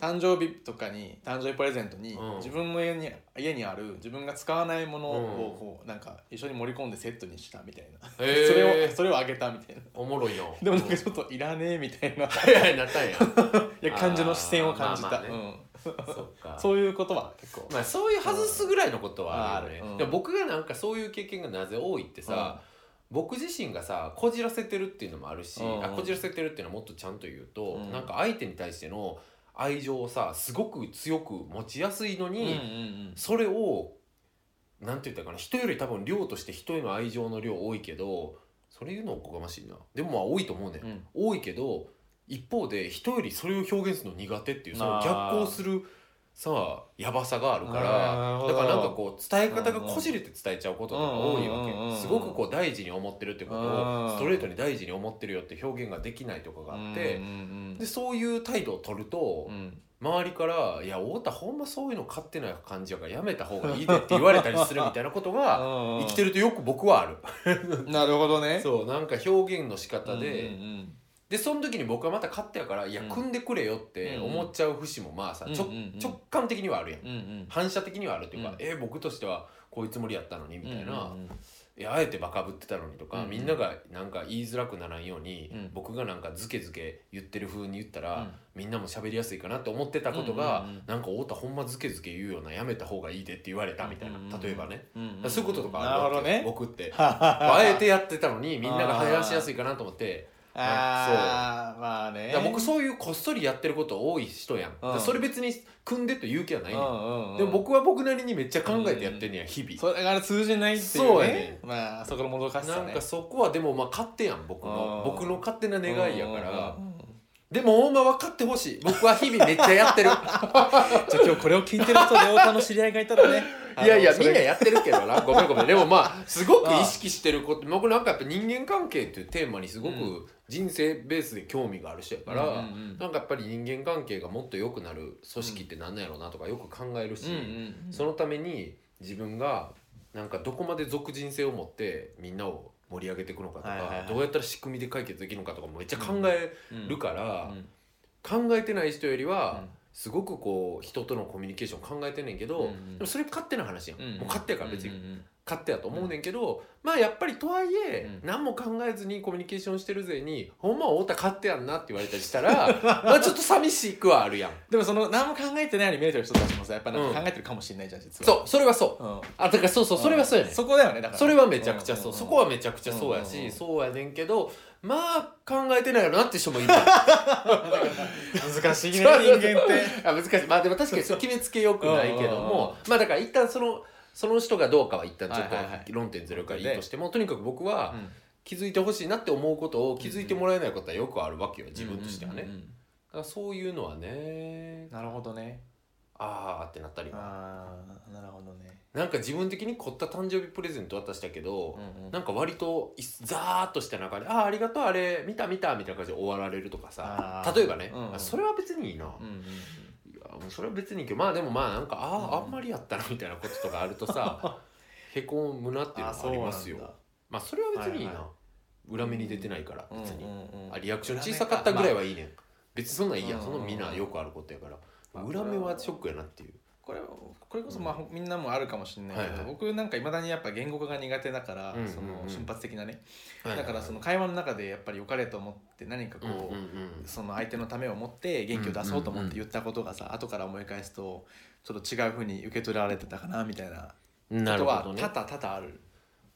[SPEAKER 1] 誕生日とかに誕生日プレゼントに、
[SPEAKER 2] うん
[SPEAKER 1] 自分の家に家にある自分が使わないもの
[SPEAKER 2] うん
[SPEAKER 1] をこうなんか一緒に盛り込んでセットにしたみたいな、
[SPEAKER 2] へー
[SPEAKER 1] それをそれをあげたみたいな
[SPEAKER 2] おもろいな
[SPEAKER 1] でもなんかちょっといらねえみたいない
[SPEAKER 2] 早いなった んや
[SPEAKER 1] や感じの視線を感じた、
[SPEAKER 2] あーまあまあね
[SPEAKER 1] うん
[SPEAKER 2] そっか
[SPEAKER 1] そういうことは結構。
[SPEAKER 2] まあ、そういう外すぐらいのことはあるよ
[SPEAKER 1] ある
[SPEAKER 2] ね、
[SPEAKER 1] うん
[SPEAKER 2] でも僕がなんかそういう経験がなぜ多いってさ、僕自身がさこじらせてるっていうのもあるし、
[SPEAKER 1] うん
[SPEAKER 2] あこじらせてるっていうのはもっとちゃんと言うと、
[SPEAKER 1] うん
[SPEAKER 2] なんか相手に対しての愛情をさすごく強く持ちやすいの
[SPEAKER 1] うん
[SPEAKER 2] に、それをなんて言ったらいいかな人より多分量として人への愛情の量多いけどそれ言うのおこがましいなでもまあ多いと思うね、
[SPEAKER 1] うんうん、
[SPEAKER 2] 多いけど一方で人よりそれを表現するの苦手っていうその
[SPEAKER 1] あ
[SPEAKER 2] 逆
[SPEAKER 1] ー
[SPEAKER 2] 行するさやばさがあるか
[SPEAKER 1] あ
[SPEAKER 2] ら
[SPEAKER 1] ー
[SPEAKER 2] だからなん
[SPEAKER 1] な
[SPEAKER 2] か
[SPEAKER 1] るほ
[SPEAKER 2] こう伝え方がこじれて伝えちゃうこととか多いわ
[SPEAKER 1] うんうんうんう
[SPEAKER 2] け
[SPEAKER 1] ん
[SPEAKER 2] すごくこう大事に思ってるってこと
[SPEAKER 1] あ
[SPEAKER 2] を
[SPEAKER 1] ー
[SPEAKER 2] ストレートに大事に思ってるよって表現ができないとかがあって
[SPEAKER 1] うんうんうん
[SPEAKER 2] でそういう態度を取ると
[SPEAKER 1] うん
[SPEAKER 2] 周りから「いや太田ほんまそういうの勝手な感じやからやめた方がいいで」って言われたりするみたいなこと が生きてるとよく僕はある。
[SPEAKER 1] なるほどね。
[SPEAKER 2] そうなんか表現の仕方で、
[SPEAKER 1] うんうん
[SPEAKER 2] でその時に僕はまた勝手やからいや
[SPEAKER 1] うん
[SPEAKER 2] 組んでくれよって思っちゃう節もまあさ、ちょ
[SPEAKER 1] うんうんうん
[SPEAKER 2] 直感的にはあるやん、
[SPEAKER 1] うんうんうん
[SPEAKER 2] 反射的にはあるっていうか、
[SPEAKER 1] うん
[SPEAKER 2] え僕としてはこういうつもりやったのにみたいな、
[SPEAKER 1] うんうんうん
[SPEAKER 2] いやあえてバカぶってたのにとか、
[SPEAKER 1] うんうん
[SPEAKER 2] みんながなんか言いづらくならんように、
[SPEAKER 1] うん
[SPEAKER 2] 僕がなんかズケズケ言ってる風に言ったら、
[SPEAKER 1] うん
[SPEAKER 2] みんなも喋りやすいかなって思ってたことが、
[SPEAKER 1] うんうんうん
[SPEAKER 2] なんか太田ほんまズケズケ言うようなやめた方がいいでって言われたみたいな、
[SPEAKER 1] うんうんうん
[SPEAKER 2] 例えばね、
[SPEAKER 1] うんうん
[SPEAKER 2] そういうこととかあ
[SPEAKER 1] な
[SPEAKER 2] る
[SPEAKER 1] る
[SPEAKER 2] わ
[SPEAKER 1] ほ
[SPEAKER 2] け
[SPEAKER 1] どね。
[SPEAKER 2] 僕って。あ
[SPEAKER 1] あ
[SPEAKER 2] えてやってたのにみんなが話しやすいかなと思って。
[SPEAKER 1] あーまあね
[SPEAKER 2] だから僕そういうこっそりやってること多い人やん、だからそれ別に組んでという気はないねん、
[SPEAKER 1] うんうんうん
[SPEAKER 2] でも僕は僕なりにめっちゃ考えてやってんねや日々、
[SPEAKER 1] それが通じないっていうね
[SPEAKER 2] そうやね
[SPEAKER 1] まあそこのもどかしさ
[SPEAKER 2] な
[SPEAKER 1] ね
[SPEAKER 2] んかそこはでもまあ勝手やん僕の
[SPEAKER 1] うん
[SPEAKER 2] 僕の勝手な願いやから
[SPEAKER 1] うん
[SPEAKER 2] でもほんま分かってほしい僕は日々めっちゃやって る
[SPEAKER 1] じゃあ今日これを聞いてる人で太田の知り合いがいたらね
[SPEAKER 2] いやいや
[SPEAKER 1] あのそ
[SPEAKER 2] み
[SPEAKER 1] れ
[SPEAKER 2] んなやってるけどなごめんごめんでもまあすごく意識してること僕なんかやっぱ人間関係っていうテーマにすご
[SPEAKER 1] うん
[SPEAKER 2] く人生ベースで興味がある人やから、
[SPEAKER 1] うんうんうん
[SPEAKER 2] なんかやっぱり人間関係がもっと良くなる組織ってなんなんやろうなとかよく考えるし、
[SPEAKER 1] うんうん
[SPEAKER 2] そのために自分がなんかどこまで俗人性を持ってみんなを盛り上げていくのかとか、
[SPEAKER 1] はいはいはい
[SPEAKER 2] どうやったら仕組みで解決できるのかとかもめっちゃ考えるから
[SPEAKER 1] う、ん
[SPEAKER 2] 考えてない人より
[SPEAKER 1] う
[SPEAKER 2] は
[SPEAKER 1] ん
[SPEAKER 2] すごくこう人とのコミュニケーション考えてんねんけど、
[SPEAKER 1] うんうん
[SPEAKER 2] でもそれ勝手な話やん、
[SPEAKER 1] うん
[SPEAKER 2] もう勝手やから別に、
[SPEAKER 1] うんうん
[SPEAKER 2] 勝手やと思うねんけど、まあやっぱりとはいえ、
[SPEAKER 1] うん
[SPEAKER 2] 何も考えずにコミュニケーションしてるぜに「ほんまは太田勝手やんな」って言われたりした らまあちょっと寂しくはあるやん。
[SPEAKER 1] でもその何も考えてないように見えてる人たちもさやっぱなんか
[SPEAKER 2] う
[SPEAKER 1] 考えてるかもしれないじゃん実は
[SPEAKER 2] そうそれはそう。
[SPEAKER 1] うん
[SPEAKER 2] あだからそうそうそれはそうやねん
[SPEAKER 1] そこだよねだから
[SPEAKER 2] それはめちゃくちゃそう,、そこ
[SPEAKER 1] は
[SPEAKER 2] はめちゃくちゃそうやし、
[SPEAKER 1] うんうんうん
[SPEAKER 2] そうやねんけどまあ考えてないよなって人もいる
[SPEAKER 1] 難しいね人
[SPEAKER 2] そう
[SPEAKER 1] 間
[SPEAKER 2] そう
[SPEAKER 1] って
[SPEAKER 2] あ難しいまあでも確かにそう 決めつけよくないけど
[SPEAKER 1] うんうんうん
[SPEAKER 2] もまあだから一旦そのその人がどうかは一旦ちょっ
[SPEAKER 1] はいはいはい
[SPEAKER 2] と論点ずれるからいいとしても、とにかく僕は
[SPEAKER 1] うん
[SPEAKER 2] 気づいてほしいなって思うことを気づいてもらえないことはよくあるわけよ自分としてはね、
[SPEAKER 1] うんうん
[SPEAKER 2] だ
[SPEAKER 1] うん
[SPEAKER 2] からそういうのはね
[SPEAKER 1] なるほどね
[SPEAKER 2] あーってなったり
[SPEAKER 1] ああなるほどね
[SPEAKER 2] なんか自分的に凝った誕生日プレゼント渡したけど、
[SPEAKER 1] うんうん
[SPEAKER 2] なんか割といざーっとした中で「ああありがとうあれ見た見た」みたいな感じで終わられるとかさ
[SPEAKER 1] あー
[SPEAKER 2] 例えばね、
[SPEAKER 1] うん
[SPEAKER 2] あそれは別にいいな、
[SPEAKER 1] うんうんうん
[SPEAKER 2] いやもうそれは別にいいけどまあでもまあなんかああ、
[SPEAKER 1] うん
[SPEAKER 2] あんまりやったなみたいなこととかあるとさ へこむなっていうのもありますよまあそれは別にいいな、
[SPEAKER 1] はいは
[SPEAKER 2] 裏目に出てないから
[SPEAKER 1] うん
[SPEAKER 2] 別に、
[SPEAKER 1] うんうん
[SPEAKER 2] あリアクション小さかったぐらいはいいねん、別にそんなんいいや、ん、そのみんなよくあることやから、
[SPEAKER 1] まあ
[SPEAKER 2] 裏目はショックやなっていう
[SPEAKER 1] これこれこそまあみんなもあるかもしれないけど、
[SPEAKER 2] はいはい
[SPEAKER 1] 僕なんかいまだにやっぱ言語化が苦手だから、
[SPEAKER 2] うんうんうん
[SPEAKER 1] その瞬発的なね、だからそ
[SPEAKER 2] の
[SPEAKER 1] の会話の中でやっぱり良かれと思って何かこう、その相手のためを思って元気を出そうと思って言ったことがさ、後から思い返すとちょっと違うふうに受け取られてたかなみたいなこ
[SPEAKER 2] なる
[SPEAKER 1] とは
[SPEAKER 2] ほどね
[SPEAKER 1] 多々多々ある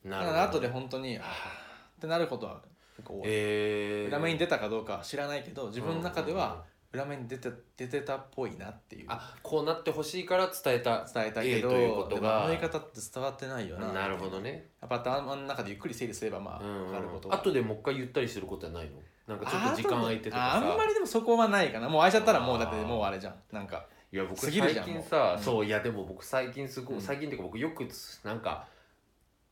[SPEAKER 2] な
[SPEAKER 1] だ
[SPEAKER 2] る
[SPEAKER 1] か
[SPEAKER 2] ほど
[SPEAKER 1] ら後で本当にああってなることは結構多い、
[SPEAKER 2] えー、
[SPEAKER 1] 裏目に出たかどうかは知らないけど自分の中では裏目に出て出てたっぽいなっていう
[SPEAKER 2] あこうなってほしいから伝えた
[SPEAKER 1] 伝えたけど、
[SPEAKER 2] ええということ
[SPEAKER 1] で
[SPEAKER 2] が
[SPEAKER 1] もあの言い方って伝わってないよな
[SPEAKER 2] なるほどね、
[SPEAKER 1] やっぱ頭の中でゆっくり整理すればま
[SPEAKER 2] う
[SPEAKER 1] あ分
[SPEAKER 2] ん
[SPEAKER 1] かること
[SPEAKER 2] あとでもう一回言ったりすることはないのなんかちょっと時間空いてとか
[SPEAKER 1] あ
[SPEAKER 2] さ
[SPEAKER 1] あんまりでもそこはないかなもう会いちゃったらもうだってもうあれじゃんなんか
[SPEAKER 2] いや僕
[SPEAKER 1] 過
[SPEAKER 2] 最
[SPEAKER 1] ぎるじゃん
[SPEAKER 2] 近さ
[SPEAKER 1] もう
[SPEAKER 2] そういやでも僕最近すご
[SPEAKER 1] うん
[SPEAKER 2] い最近っていうか僕よくなんか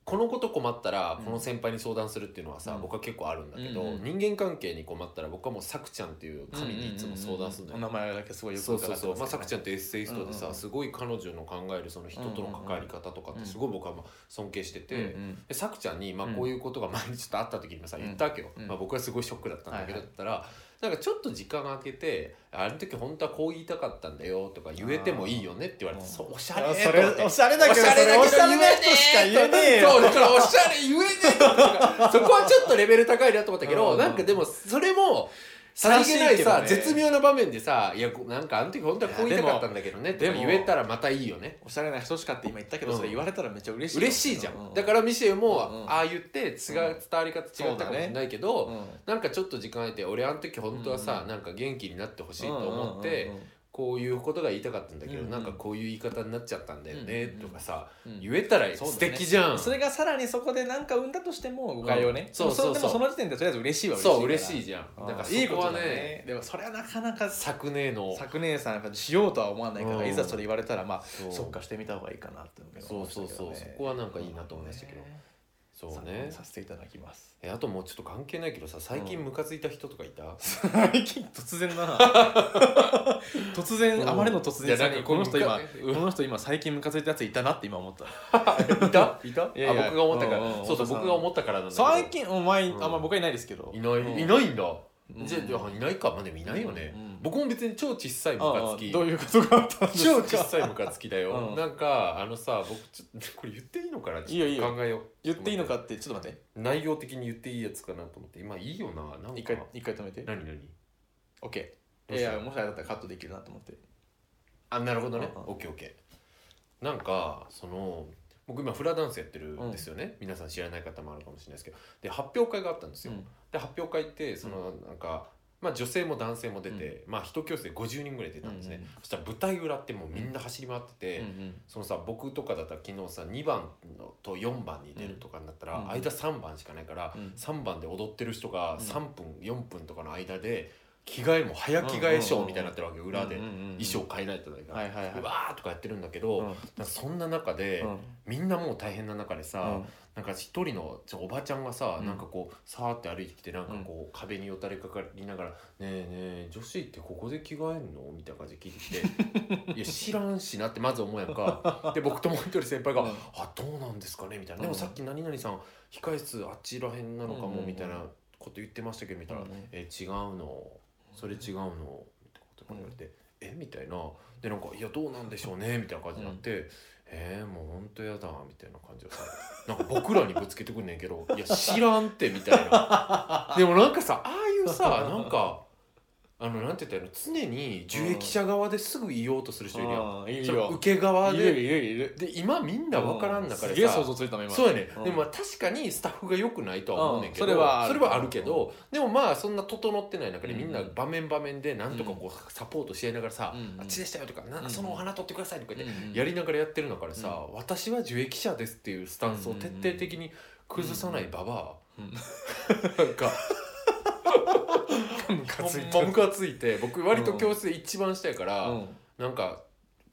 [SPEAKER 2] このこと困ったら
[SPEAKER 1] うん
[SPEAKER 2] この先輩に相談するっていうのはさ、
[SPEAKER 1] うん
[SPEAKER 2] 僕は結構あるんだけど、
[SPEAKER 1] うんうん
[SPEAKER 2] 人間関係に困ったら僕はもうさくちゃんっていう神にいつも相談するんだよ、
[SPEAKER 1] お名前だけすごいよく
[SPEAKER 2] そうそう
[SPEAKER 1] 伺って
[SPEAKER 2] そう、まあ、
[SPEAKER 1] す
[SPEAKER 2] さ
[SPEAKER 1] けど
[SPEAKER 2] くちゃんってエッセイストでさ、
[SPEAKER 1] うんうん
[SPEAKER 2] すごい彼女の考えるその人との関わり方とかってすごい僕はまあ尊敬してて、
[SPEAKER 1] うんうん
[SPEAKER 2] でさくちゃんに、まあ
[SPEAKER 1] うん、
[SPEAKER 2] こういうことが前にちょっとあった時にもさ
[SPEAKER 1] うん
[SPEAKER 2] 言ったわけよ、
[SPEAKER 1] うん
[SPEAKER 2] まあ、僕はすごいショックだったんだけ
[SPEAKER 1] は
[SPEAKER 2] ど
[SPEAKER 1] いはい
[SPEAKER 2] だったら、なんかちょっと時間空けて「あの時本当はこう言いたかったんだよ」とか言えてもいいよねって言われて
[SPEAKER 1] あー
[SPEAKER 2] そうおしゃれ
[SPEAKER 1] あ
[SPEAKER 2] ー
[SPEAKER 1] そ
[SPEAKER 2] と思っ
[SPEAKER 1] れ
[SPEAKER 2] て
[SPEAKER 1] お。しゃれだけどそれおしゃれな人しか言えねえよ
[SPEAKER 2] そうだからおしゃれ言えねえとかそこはちょっとレベル高いなと思ったけど、
[SPEAKER 1] うん
[SPEAKER 2] なんかでもそれもさりげないさ
[SPEAKER 1] 正しいけどね
[SPEAKER 2] 絶妙な場面でさ「いやこなんかあの時本当はこう言いたかったんだけどね」
[SPEAKER 1] で
[SPEAKER 2] で
[SPEAKER 1] も
[SPEAKER 2] も言えたらまたいいよね
[SPEAKER 1] おしゃれな人しかって今言ったけど、
[SPEAKER 2] うん
[SPEAKER 1] それ言われたらめっちゃ嬉しいよ
[SPEAKER 2] 嬉しいじゃん、
[SPEAKER 1] う
[SPEAKER 2] だからミシェルも、
[SPEAKER 1] うんうん
[SPEAKER 2] ああ言って違う伝わり方違ったかもしれないけど、
[SPEAKER 1] うん
[SPEAKER 2] なんかちょっと時間空いて俺あの時本当はさ、
[SPEAKER 1] うん
[SPEAKER 2] なんか元気になってほしいと思って、
[SPEAKER 1] うんうん
[SPEAKER 2] こういうことが言いたかったんだけど、
[SPEAKER 1] うんうん
[SPEAKER 2] なんかこういう言い方になっちゃったんだよね、
[SPEAKER 1] うんうん
[SPEAKER 2] とかさ、
[SPEAKER 1] うん
[SPEAKER 2] 言えたら
[SPEAKER 1] そうだね
[SPEAKER 2] 素敵じゃん
[SPEAKER 1] それがさらにそこで何か生んだとしても誤解をね、
[SPEAKER 2] うんそうそうそう
[SPEAKER 1] でもでもその時点でとりあえず嬉しいは嬉しい
[SPEAKER 2] そう嬉しい
[SPEAKER 1] じ
[SPEAKER 2] じゃん
[SPEAKER 1] ゃん
[SPEAKER 2] だからそ
[SPEAKER 1] いいこ
[SPEAKER 2] ことは
[SPEAKER 1] だ
[SPEAKER 2] ね
[SPEAKER 1] ねでもそれはなかなか
[SPEAKER 2] 昨年の
[SPEAKER 1] 昨年さんやっぱしようとは思わないから、
[SPEAKER 2] うん
[SPEAKER 1] いざそれ言われたらまあ
[SPEAKER 2] そう
[SPEAKER 1] そっかしてみた方がいいかなって思いましたけ
[SPEAKER 2] そう
[SPEAKER 1] どね
[SPEAKER 2] そうそう、そこはなんかいいなと思いましたけど、そうね
[SPEAKER 1] 参考にさせていただきます
[SPEAKER 2] えあともうちょっと関係ないけどさ最近ムカついた人とかいた、
[SPEAKER 1] 最近突然だな突然あまりの突然さ
[SPEAKER 2] いやなん
[SPEAKER 1] に
[SPEAKER 2] か
[SPEAKER 1] この人今
[SPEAKER 2] うん
[SPEAKER 1] この人今最近ムカついたやついたなって今思った
[SPEAKER 2] いたいた
[SPEAKER 1] いやいや
[SPEAKER 2] あ僕が思ったから、
[SPEAKER 1] うんうん
[SPEAKER 2] そうそう
[SPEAKER 1] 太田さん
[SPEAKER 2] 僕が思ったからなんだけど
[SPEAKER 1] 最近お前、
[SPEAKER 2] うん
[SPEAKER 1] あんま僕はいないですけど
[SPEAKER 2] いない、
[SPEAKER 1] うん
[SPEAKER 2] いないんだ、
[SPEAKER 1] ん
[SPEAKER 2] じゃじゃあいないかまあでもいないよね、
[SPEAKER 1] うん
[SPEAKER 2] 僕も別に超小さいム
[SPEAKER 1] ああ
[SPEAKER 2] カつき
[SPEAKER 1] どういうことがあったんです
[SPEAKER 2] 超
[SPEAKER 1] か
[SPEAKER 2] 小さいムカつきだよ、
[SPEAKER 1] う ん
[SPEAKER 2] なんかあのさ僕ちょっとこれ言っていいのかなちょっと
[SPEAKER 1] いいよいいよ
[SPEAKER 2] 考えよう
[SPEAKER 1] 言っていいのかってちょっと待って
[SPEAKER 2] 内容的に言っていいやつかなと思って今いいよななんか
[SPEAKER 1] 一回一回止めて
[SPEAKER 2] 何何
[SPEAKER 1] OK
[SPEAKER 2] どう
[SPEAKER 1] い
[SPEAKER 2] した
[SPEAKER 1] やもしあれだったらカットできるなと思って
[SPEAKER 2] あなるほどね、
[SPEAKER 1] うんうん
[SPEAKER 2] オッケーオッケーなんかその僕今フラダンスやってるんですよね、皆さん知らない方もあるかもしれないですけどで発表会があったんですよ、
[SPEAKER 1] うん
[SPEAKER 2] で発表会ってそのなんか、まあ、女性も男性も出て、まあ一教室で50人ぐらい出たんですね、
[SPEAKER 1] うんうん
[SPEAKER 2] そしたら舞台裏ってもうみんな走り回ってて、そのさ僕とかだったら昨日さ2番のと4番に出るとかになったら、
[SPEAKER 1] うん
[SPEAKER 2] 間3番しかないから、
[SPEAKER 1] うん
[SPEAKER 2] 3番で踊ってる人が
[SPEAKER 1] ん
[SPEAKER 2] 3分、4分とかの間で着替えも早着替えショーみたいになってるわけよ裏で
[SPEAKER 1] うんうんうんうん
[SPEAKER 2] 衣装変えないといけな
[SPEAKER 1] はいいはいはいう
[SPEAKER 2] わーとかやってるんだけど、
[SPEAKER 1] うん
[SPEAKER 2] なんかそんな中で、
[SPEAKER 1] うん
[SPEAKER 2] みんなもう大変な中でさ、
[SPEAKER 1] うん
[SPEAKER 2] なんか一人のちょおばちゃんがさ、
[SPEAKER 1] うん
[SPEAKER 2] なんかこうさーって歩いてきてなんかこう、壁によたれかかりながら「ねえねえ女子ってここで着替えんの?」みたいな感じで聞いて きて「いや知らんしな」ってまず思うやんかで僕ともう一人先輩が「
[SPEAKER 1] うん
[SPEAKER 2] あどうなんですかね」みたいな「で
[SPEAKER 1] うん
[SPEAKER 2] もさっき何々さん控室あっちらへんなのか
[SPEAKER 1] うんうん
[SPEAKER 2] も
[SPEAKER 1] う」ん
[SPEAKER 2] みたいなこと言ってましたけどみたいな
[SPEAKER 1] うんうん
[SPEAKER 2] 「え違うのそれ違うの」みたいなこと言われて「えみたいなでなんか「いやどうなんでしょうね」みたいな感じになって「えー、もうほんとやだ」みたいな感じをさなんか僕らにぶつけてくんねんけど「い や知らんって」みたいな でもなんかさああいうさなんかあのなんて言ったらいいの常に受益者側ですぐ言おうとする人いるやん
[SPEAKER 1] あーいる
[SPEAKER 2] その
[SPEAKER 1] よ
[SPEAKER 2] 受け側
[SPEAKER 1] いる
[SPEAKER 2] で
[SPEAKER 1] いるいる
[SPEAKER 2] で今みんな分からん中
[SPEAKER 1] う
[SPEAKER 2] で
[SPEAKER 1] すげえ想
[SPEAKER 2] さ
[SPEAKER 1] 像ついたの今
[SPEAKER 2] そうやね、
[SPEAKER 1] うん
[SPEAKER 2] でもまあ確かにスタッフが良くないとは思うねんけど、
[SPEAKER 1] うんそれはある
[SPEAKER 2] それはあるけど、でもまあそんな整ってない中で
[SPEAKER 1] うん
[SPEAKER 2] みんな場面場面でなんとかこうサポートし合いながらさ「
[SPEAKER 1] うん
[SPEAKER 2] あっちでしたよ」とか「な
[SPEAKER 1] うん
[SPEAKER 2] そのお花取ってください」とか言って
[SPEAKER 1] うん
[SPEAKER 2] やりながらやってるのからさ、私は受益者ですっていうスタンスを徹底的に崩さないババ
[SPEAKER 1] うん
[SPEAKER 2] アなんか
[SPEAKER 1] ムカ ついて
[SPEAKER 2] ほんまムカついて僕割と教室で一番下やから、
[SPEAKER 1] うん
[SPEAKER 2] なんか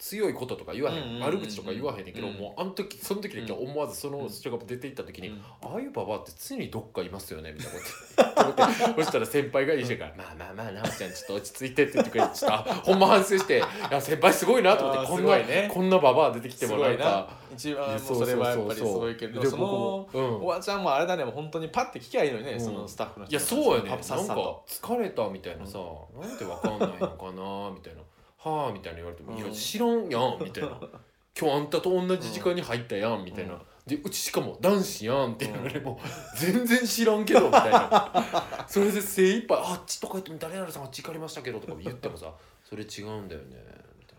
[SPEAKER 2] 強いこととか言わへん,、
[SPEAKER 1] うんうんうんうん
[SPEAKER 2] 悪口とか言わへんねんけど、
[SPEAKER 1] うん
[SPEAKER 2] もうあの時その時だけは思わずその人が出て行った時に「ああいうババアって常にどっかいますよねみたいなこと思ってそ したら先輩がいい人から「まあまあまあなおちゃんちょっと落ち着いて」って言ってくれてちょっとあほんま反省して「いや先輩すごいな」と思っ
[SPEAKER 1] あ
[SPEAKER 2] て
[SPEAKER 1] ー
[SPEAKER 2] こん
[SPEAKER 1] す
[SPEAKER 2] な、
[SPEAKER 1] ごいね
[SPEAKER 2] こんなババア出てきて
[SPEAKER 1] す
[SPEAKER 2] も
[SPEAKER 1] ご
[SPEAKER 2] なん
[SPEAKER 1] い
[SPEAKER 2] か
[SPEAKER 1] な一番もうそれはやっぱりすごいけど
[SPEAKER 2] で
[SPEAKER 1] その
[SPEAKER 2] 僕もうん
[SPEAKER 1] おばちゃんもあれだねもう本当にパッて聞きゃいいのに
[SPEAKER 2] う
[SPEAKER 1] ね
[SPEAKER 2] ん
[SPEAKER 1] そのスタッフの
[SPEAKER 2] い
[SPEAKER 1] 人
[SPEAKER 2] やそうやねなん
[SPEAKER 1] パッ
[SPEAKER 2] か
[SPEAKER 1] さっさと
[SPEAKER 2] 疲れたみたいなさ、なんでわかんないのかなみたいな「はあ」みたいな言われても「
[SPEAKER 1] うん
[SPEAKER 2] いや知らんやん」みたい な「今日あんたと同じ時間に入ったやん」みたいな。
[SPEAKER 1] うん
[SPEAKER 2] でうちしかも男子やんっていうのでもう全然知らんけどみたいな それで精一杯あっちとか言って誰々さんあっち行かれましたけどとか言っても さそれ違うんだよねみたい